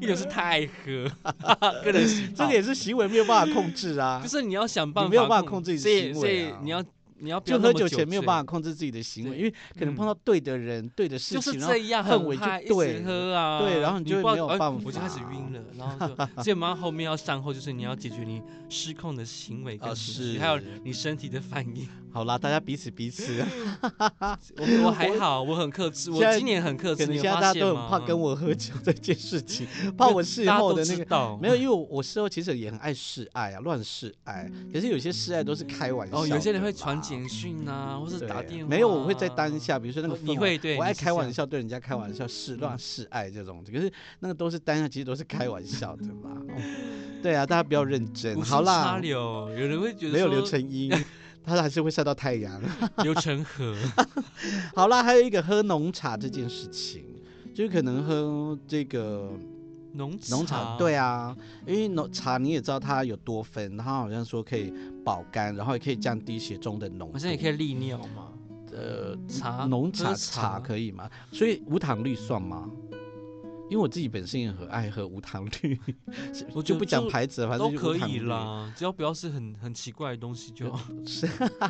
B: 一种是太爱喝，个人喜
A: *laughs* 这
B: 好
A: 个，也是行为没有办法控制啊
B: 就，是你要想办法，
A: 你没有办法控制你的
B: 所以
A: 行
B: 所
A: 为啊
B: 以你要你要不要
A: 就
B: 那么
A: 喝酒前没有办
B: 醉
A: 法控制自己的行为，
B: 对嗯
A: 因为可能碰到对的人、对的事
B: 就是
A: 情，然后
B: 这样
A: 氛
B: 很
A: 围就
B: 嗨一直
A: 对了
B: 喝啊，
A: 对然后你就
B: 不知
A: 会
B: 道
A: 没有
B: 哎
A: 办
B: 我就开始
A: *laughs*
B: 晕了，然后就所以妈后面要善后，就是你要解决你失控的行为跟
A: 啊
B: 情绪，
A: 是
B: 还有你身体的反
A: *laughs*
B: 应。
A: 好啦，大家彼此彼此，
B: 嗯我我还好，我很克制，
A: 现
B: 我
A: 在
B: 今年很克制，
A: 可能
B: 你
A: 现在
B: 有发
A: 大家
B: 现
A: 都
B: 吗嗯
A: 很怕跟我喝酒这件事
B: *laughs*
A: 情，怕我事
B: 大家
A: 后
B: 都
A: 的那
B: 知
A: 个
B: 道
A: 没有，因为我我事后其实也很爱示爱啊，乱示爱。可是有些示爱都是开玩笑的
B: 嗯哦，
A: 啦，
B: 有些人会传简讯啊，或是打
A: 对
B: 电话啊，
A: 没有，我会在当下，比如说那个
B: 哦你
A: 氛围
B: 会
A: 我
B: 对你
A: 爱
B: 是
A: 开
B: 这
A: 玩
B: 样
A: 笑，对人家开玩笑，示乱
B: 嗯
A: 示爱这种，可是那个都是当下，其实都是开玩笑的啦。
B: *laughs*
A: 哦对啊，大家不要认真，
B: 无
A: 好
B: 心插
A: 啦，
B: 柳，有人会觉得
A: 没有
B: 说
A: 刘成
B: *laughs*
A: 英，他还是会晒到太阳。 *laughs*
B: 刘成河，
A: 好啦，还有一个喝浓茶这件事情，就是可能喝这个
B: 农
A: 浓茶，对啊，因为浓茶你也知道它有多酚，它好像说可以保肝，然后也可以降低血中的浓
B: 好像也可以啊利尿嘛，
A: 呃
B: 茶
A: 浓
B: 喝
A: 茶
B: 茶
A: 茶可以吗？所以无糖绿算吗？因为我自己本身也很爱喝无糖绿，是
B: 我
A: *laughs* 就
B: 觉
A: 不
B: 得
A: 讲
B: 就
A: 牌子了，反
B: 都
A: 正就无
B: 可
A: 糖
B: 以
A: 绿。
B: 啦，只要不要是很很奇怪的东西就好。
A: 是，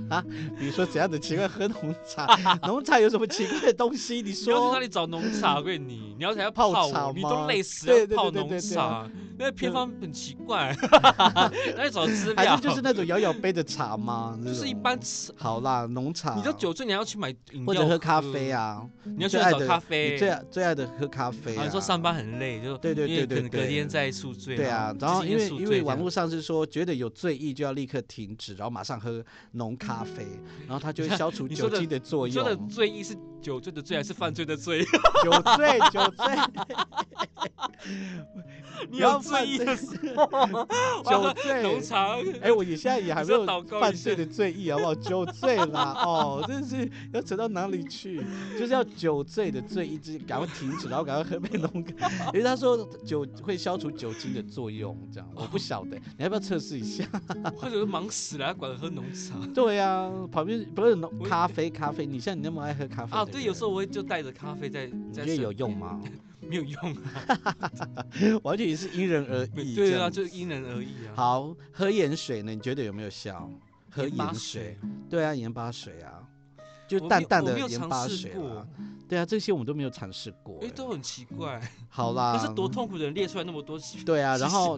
A: *laughs* 比如说怎样的奇怪喝浓
B: *laughs*
A: 茶，浓茶有什么奇怪的东西？你
B: 你要去
A: 说
B: 哪里找浓茶？我问你，你要想要
A: 泡
B: 泡
A: 茶
B: 我，你
A: 吗
B: 都累死
A: 对
B: 要
A: 对对
B: 泡
A: 对
B: 浓
A: 对对啊
B: 茶，那偏方很奇
A: *laughs*
B: 怪，哪里找资
A: 还
B: 料？
A: 是就是那种摇摇杯的茶
B: *laughs*
A: 吗？那
B: 就是一
A: 种
B: 般吃，
A: 好啦，浓茶，
B: 你知道酒醉你还要去买饮料，
A: 或者喝咖啡，啊，
B: 你要去
A: 最
B: 哪
A: 爱
B: 找
A: 的
B: 咖
A: 你
B: 啡。
A: 最爱最爱的喝咖啡
B: 好
A: 啊。
B: 像说上班很累，就
A: 对对
B: 因
A: 对
B: 为
A: 对
B: 可能隔
A: 对
B: 天再宿醉。
A: 对啊，然后
B: 就是
A: 因为
B: 宿
A: 因
B: 醉
A: 为
B: 这
A: 网
B: 样
A: 络上是说，觉得有醉意就要立刻停止，然后马上喝浓咖
B: *laughs*
A: 啡，然后它就会消除
B: 你
A: 酒
B: 说的
A: 精的作
B: 你
A: 用
B: 说。的醉意是酒醉的醉还是犯罪的醉？ *laughs*
A: 酒醉，酒醉，
B: 你
A: 不要
B: 有醉意 *laughs* 的时候，啊我要
A: 酒
B: 喝浓
A: 醉。
B: 茶。 *laughs*
A: 哎，我也现在也还没有
B: 你是要祷告一
A: 犯
B: 下
A: 罪的醉意，好
B: *laughs*
A: 不好？酒醉啦，哦，真是要扯到哪里去？就是要酒醉的醉意，就是赶快停止，然后赶快喝杯浓
B: *laughs*
A: 咖。因为他说酒会消除酒精的作用，这样我不晓得，你要不要测试一
B: *laughs*
A: 下？
B: 或者是忙死了，还管喝浓茶
A: 对啊，旁边不是浓
B: 我
A: 咖啡，咖啡，你像你那么爱喝咖啡
B: 啊？
A: 的
B: 对，
A: 人
B: 有时候我会就带着咖啡在
A: 你
B: 在
A: 觉得
B: 身
A: 有用吗？
B: 没有
A: *laughs*
B: 用啊？
A: 完全也是因人而
B: *laughs*
A: 异。
B: 对
A: 这
B: 啊，
A: 样
B: 就因人而异啊。
A: 好，喝盐水呢？你觉得有没有效？喝
B: 盐巴
A: 盐水，，对啊，盐巴水啊，就
B: 我没
A: 淡
B: 有
A: 淡
B: 我
A: 的
B: 没有
A: 盐
B: 尝
A: 巴
B: 试
A: 水
B: 过
A: 啊。对啊，这些我们都没有尝试过
B: 哎，
A: 欸。
B: 都很奇怪，
A: 好
B: 那
A: 啦，
B: *laughs* 是多痛苦的人列出来那么多细，
A: 啊对啊，
B: 细
A: 然后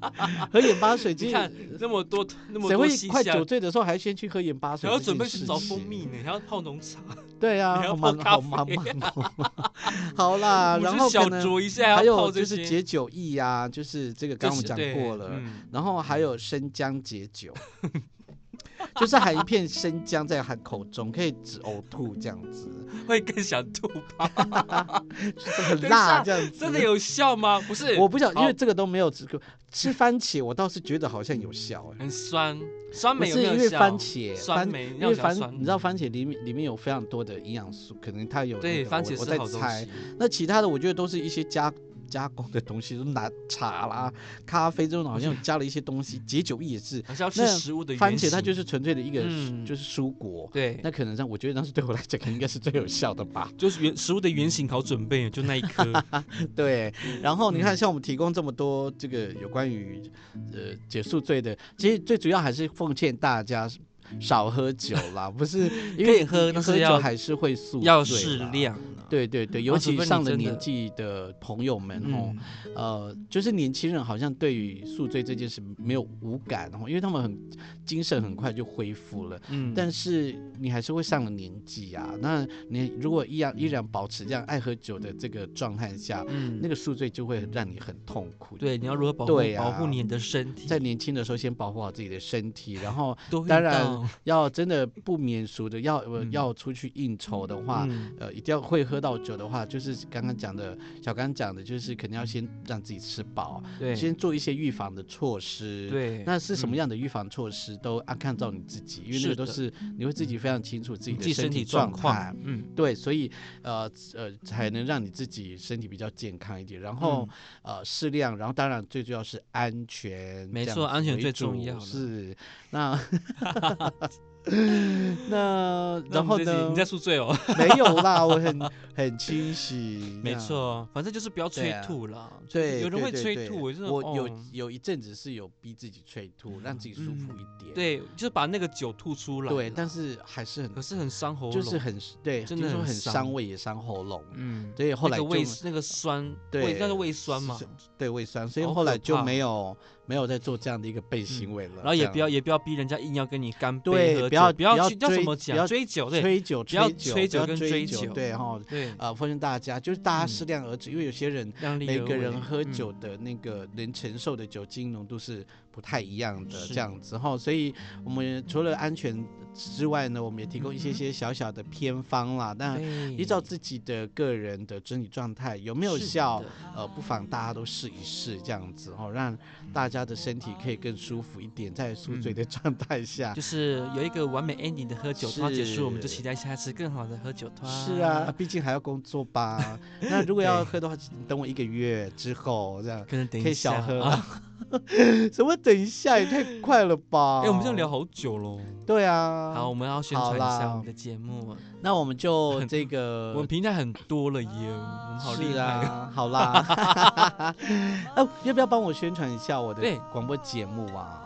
A: *laughs* 喝盐巴水，其
B: 你
A: 实
B: 看 *laughs* 那么多那么
A: 谁
B: 多
A: 会
B: 细
A: 快酒
B: 项，
A: 醉的时候还先去喝盐巴水？
B: 还要准备去找蜂蜜。呢，还要泡浓茶，
A: 对啊，
B: 你还要
A: 好
B: 泡
A: 忙，
B: 咖
A: 好忙，忙忙。
B: *laughs*
A: 好啦，
B: 我
A: 啊然
B: 就
A: 后
B: 小
A: 可能
B: 酌一下，
A: 还
B: 要泡
A: 有
B: 这
A: 就是
B: 些。
A: 解酒意啊，就是这个
B: *laughs* 这嗯
A: 刚刚我们
B: 是
A: 讲
B: 对
A: 过了，
B: 嗯
A: 然后还有生姜解酒，就是含一片生姜在含口中，可以止呕吐这样子，
B: 会更想吐
A: *laughs*
B: 吧？
A: 就是很
B: 等一
A: 辣
B: 下
A: 这样子。
B: 真的有效吗？不是，
A: 我不想，因为
B: 好
A: 这个都没有吃过。吃番茄，我倒是觉得好像有效、欸。
B: 很酸，酸
A: 不
B: 梅有
A: 是
B: 没有
A: 因为
B: 效
A: 番茄，
B: 酸
A: 番
B: 梅，
A: 因
B: 让
A: 为
B: 我想
A: 番
B: 嗯酸，
A: 你知道番茄里面里面有非常多的营养素，可能它有、那
B: 对
A: 个
B: 番
A: 我
B: 茄
A: 我
B: 是
A: 在
B: 好东
A: 猜
B: 西。
A: 那其他的我觉得都是一些加加工的东西，都拿茶啦、咖啡这种好像有加了一些东西，解酒液也
B: *laughs*
A: 是。
B: 还是要吃
A: 那
B: 食物的原
A: 番茄它
B: 型
A: 就是纯粹的一个、
B: 嗯
A: 就是蔬果，
B: 对，
A: 那可能让我觉得当时对我来讲，可能应该是最有效的吧。
B: 就是原食物的原型好准备，就那
A: *laughs*
B: 一颗
A: 对，然后你看，
B: 嗯
A: 像我们提供这么多这个有关于呃解宿醉的，其实最主要还是奉劝大家少喝酒啦，不
B: *laughs*
A: 是因
B: 可
A: 为
B: 以喝
A: 你
B: 但是
A: 喝酒
B: 要
A: 还是会宿
B: 要
A: 醉
B: 适
A: 啦。
B: 量。，
A: 对对对，尤
B: 啊除
A: 其
B: 非你
A: 上了
B: 真的
A: 年纪的朋友们哦，
B: 嗯，
A: 呃，就是年轻人好像对于宿醉这件事没有无感哦，因为他们很精神很快就恢复了。
B: 嗯
A: 但是你还是会上了年纪啊，那你如果依然依然保持这样爱喝酒的这个状态下，
B: 嗯
A: 那个宿醉就会让你很痛苦。，
B: 对，你要如何保护
A: 对
B: 保护
A: 啊
B: 你的身体？
A: 在年轻的时候先保护好自己的身体，然后
B: 都会
A: 当然
B: 到
A: 要真的不免俗的要、呃
B: 嗯
A: 要出去应酬的话。
B: 嗯
A: 呃，一定要会喝到酒的话，就是刚刚讲的，小刚讲的，就是肯定要先让自己吃饱，
B: 对
A: 先做一些预防的措施。，
B: 对，
A: 那是什么
B: 嗯？
A: 样的预防措施都按看照你自己，因为那
B: 是
A: 个都
B: 的
A: 是你会自己非常清楚自己
B: 你
A: 的
B: 自己
A: 身
B: 嗯身体
A: 状
B: 状
A: 态
B: 况。，嗯，
A: 对，所以呃呃，才能让你自己身体比较健康一点，然后、呃适量，然后当然最重要是安全，
B: 嗯没
A: 这样
B: 错
A: 子
B: 安全
A: 为
B: 最重
A: 主
B: 要了
A: 是
B: *laughs*
A: 那那
B: 那我
A: 然
B: 们
A: 后
B: 这集
A: 呢啊
B: 你？在宿醉哦，
A: 没有啦，我很很清醒，
B: *laughs* 没
A: 那。
B: 错，反正就是不要
A: 对
B: 催
A: 啊
B: 吐了。
A: 对，
B: 有人
A: 对
B: 会
A: 对
B: 催
A: 对
B: 吐，就是
A: 我有
B: 哦
A: 有一阵子是有逼自己催吐，让自己舒服
B: 嗯
A: 一点。
B: 对，就是把那个酒吐出来啦。
A: 对，但是还是很
B: 可是很伤喉咙，
A: 就是很对，
B: 真
A: 听
B: 的
A: 说
B: 很
A: 很
B: 伤
A: 伤胃也伤喉咙，
B: 嗯，
A: 所以后来
B: 那
A: 就
B: 个胃那个酸，胃
A: 对
B: 那是胃酸嘛
A: 是，对胃酸，所以
B: 好
A: 后
B: 可
A: 来就
B: 怕嗯
A: 没有没有再做这样的一个背行为了。
B: 然后也
A: 这
B: 不要
A: 样
B: 也不要逼人家硬要跟你干
A: 对
B: 杯喝酒，
A: 不要
B: 不
A: 不要
B: 要去叫什
A: 追
B: 么
A: 不要
B: 讲追酒，对
A: 吹酒，
B: 不要
A: 酒，
B: 吹
A: 不
B: 酒
A: 要
B: 跟
A: 追
B: 追
A: 酒，
B: 酒
A: 对哈。
B: 对，
A: 呃，奉劝大家，就是大家
B: 嗯
A: 适量而止，因为有些人
B: 量力
A: 每
B: 而
A: 个人
B: 为
A: 喝
B: 嗯
A: 酒的那个能承受的酒精浓度是不太一样的，
B: 是
A: 这样子哈。所以我们除了安全之外呢，我们也提供一些
B: 嗯哼
A: 些小小的偏方啦。那啊依照
B: 对
A: 自己的个人的身体状态有没有
B: 是
A: 效
B: 的，
A: 呃，不妨大家都试一试这样子哦，
B: 嗯
A: 让大家的身体可以更舒服一点，在宿醉的状态下。
B: 嗯就是有一个完美 ending 的喝酒团结束，我们就是期待下次更好的喝酒团。
A: 是啊，，毕竟还要工作
B: *laughs*
A: 吧。那如果要
B: 对
A: 喝的话，等我一个月之后这样，
B: 可能等
A: 可以
B: 一
A: 小
B: 下
A: 喝 *laughs*
B: 啊。
A: 什么等一下也太快了吧？
B: 哎、我们这样聊好久喽。
A: 对啊。
B: 好，我，们要宣
A: 好
B: 传一
A: 啦
B: 下
A: 嗯
B: 我们的节目啊，
A: 那我们就这个，
B: 我们平台很多了耶，我们好厉
A: 是
B: 害。
A: 啊，好
B: *laughs*
A: 啦。哦，要不要帮我宣传一下我的
B: 对
A: 广播节目啊？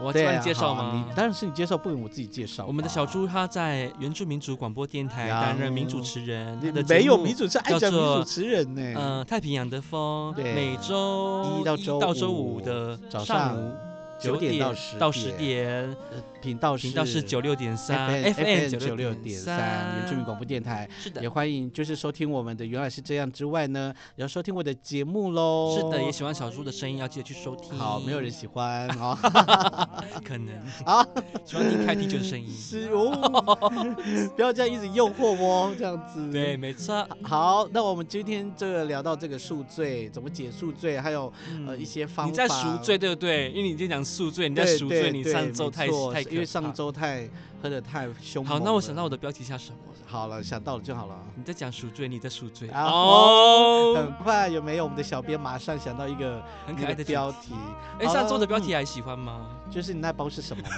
B: 我
A: 对
B: 帮
A: 啊
B: 你介绍
A: 好啊
B: 吗
A: 你？当然是你介绍，不能我自己介绍吧。
B: 我们的小猪他在原住民族广播电台
A: 呀
B: 担任名主持人，
A: 你
B: 他的节
A: 没有
B: 目
A: 民主是爱
B: 叫
A: 讲民主
B: 做
A: 持人呢、
B: 呃，太平洋的风，
A: 嗯对
B: 每周
A: 一到周
B: 五
A: 五
B: 的
A: 早上
B: 午
A: 9点
B: 点
A: 到10
B: 到
A: 点
B: 点，
A: 呃频道
B: 频道是九六点三
A: FM 九
B: 九
A: 六点
B: 点
A: 三原住民广播电台，
B: 是的
A: 也，欢迎就是收听我们的原来是这样之外呢，也要收听我的节目喽。
B: 是的，也喜欢小猪的声音，要记得去收听。
A: 好，没有人喜欢
B: *laughs*
A: 哦。
B: 可能
A: *laughs* 啊，
B: 喜欢听开啤酒的声音。
A: 是哦，
B: *laughs*
A: 不要这样一直诱惑我这样子。
B: 对，。没错。
A: 好，那我们今天这个聊到这个宿醉，怎么解宿醉，还有、呃
B: 嗯
A: 一些方法。
B: 你在赎罪，对不对？因为你今天讲宿醉，你在
A: 对
B: 赎
A: 对
B: 罪，你
A: 对
B: 上周
A: 没
B: 太
A: 错
B: 太
A: 因为
B: 可怕
A: 上周太喝的太凶猛
B: 好，
A: 了。
B: 那我想到我的标题下什么了？
A: 好了，想到了就好了。
B: 你在讲赎罪，你在赎罪
A: 啊
B: 哦
A: 很，快有没有？我们的小编马上想到一个
B: 很
A: 你
B: 可爱的
A: 标
B: 标。
A: 题。
B: 哎，
A: 好
B: 上周
A: 了
B: 的标题还喜欢吗？
A: 就是你那包是什么吗？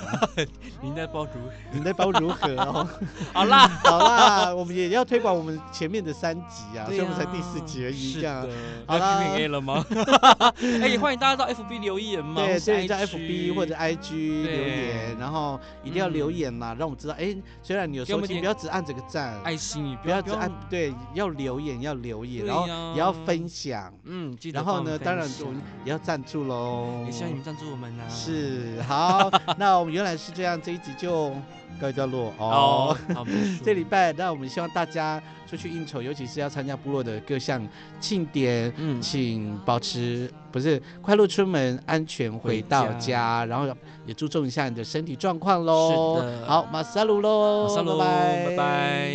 B: 你那包如
A: *laughs* 你那包如何哦？
B: *laughs*
A: *laughs*
B: 好啦，
A: 好啦，我们也要推广我们前面的三集 *laughs* 啊，所
B: 对
A: 以我们才
B: 啊
A: 第四集而已。
B: 是
A: 这样
B: 的，
A: 好
B: 要
A: 啦
B: Q&A 了吗？ *laughs* 哎，也欢迎大家到 FB 留言嘛，
A: 对，
B: 或是
A: 所以在
B: IG
A: FB 或者 IG 留言，
B: 对嗯
A: 然后一定要留言啦，让我们知道。哎，虽然你有
B: 给我
A: 收
B: 们
A: 听，
B: 点
A: 不要只按这个赞，
B: 爱心，
A: 不要只按对，要留言，要留言，
B: 对
A: 然后
B: 呀
A: 也要分享。
B: 嗯，记得
A: 然后
B: 帮我
A: 呢，
B: 们
A: 当然
B: 分
A: 我们
B: 享
A: 也要赞助喽
B: 也。希望你们赞助我们啊。
A: 是好，那我们原来是这样，这一集就告一段落哦
B: 哦，好，没
A: *laughs*
B: 错
A: 这礼拜，那我们希望大家出去应酬，尤其是要参加部落的各项庆典，
B: 嗯，
A: 请保持不是快乐出门，安全回到
B: 回
A: 家，
B: 家
A: 然后也注重一下你的身体状况喽。
B: 是的
A: 好，马萨鲁喽，
B: 马萨鲁，
A: 拜
B: 拜拜。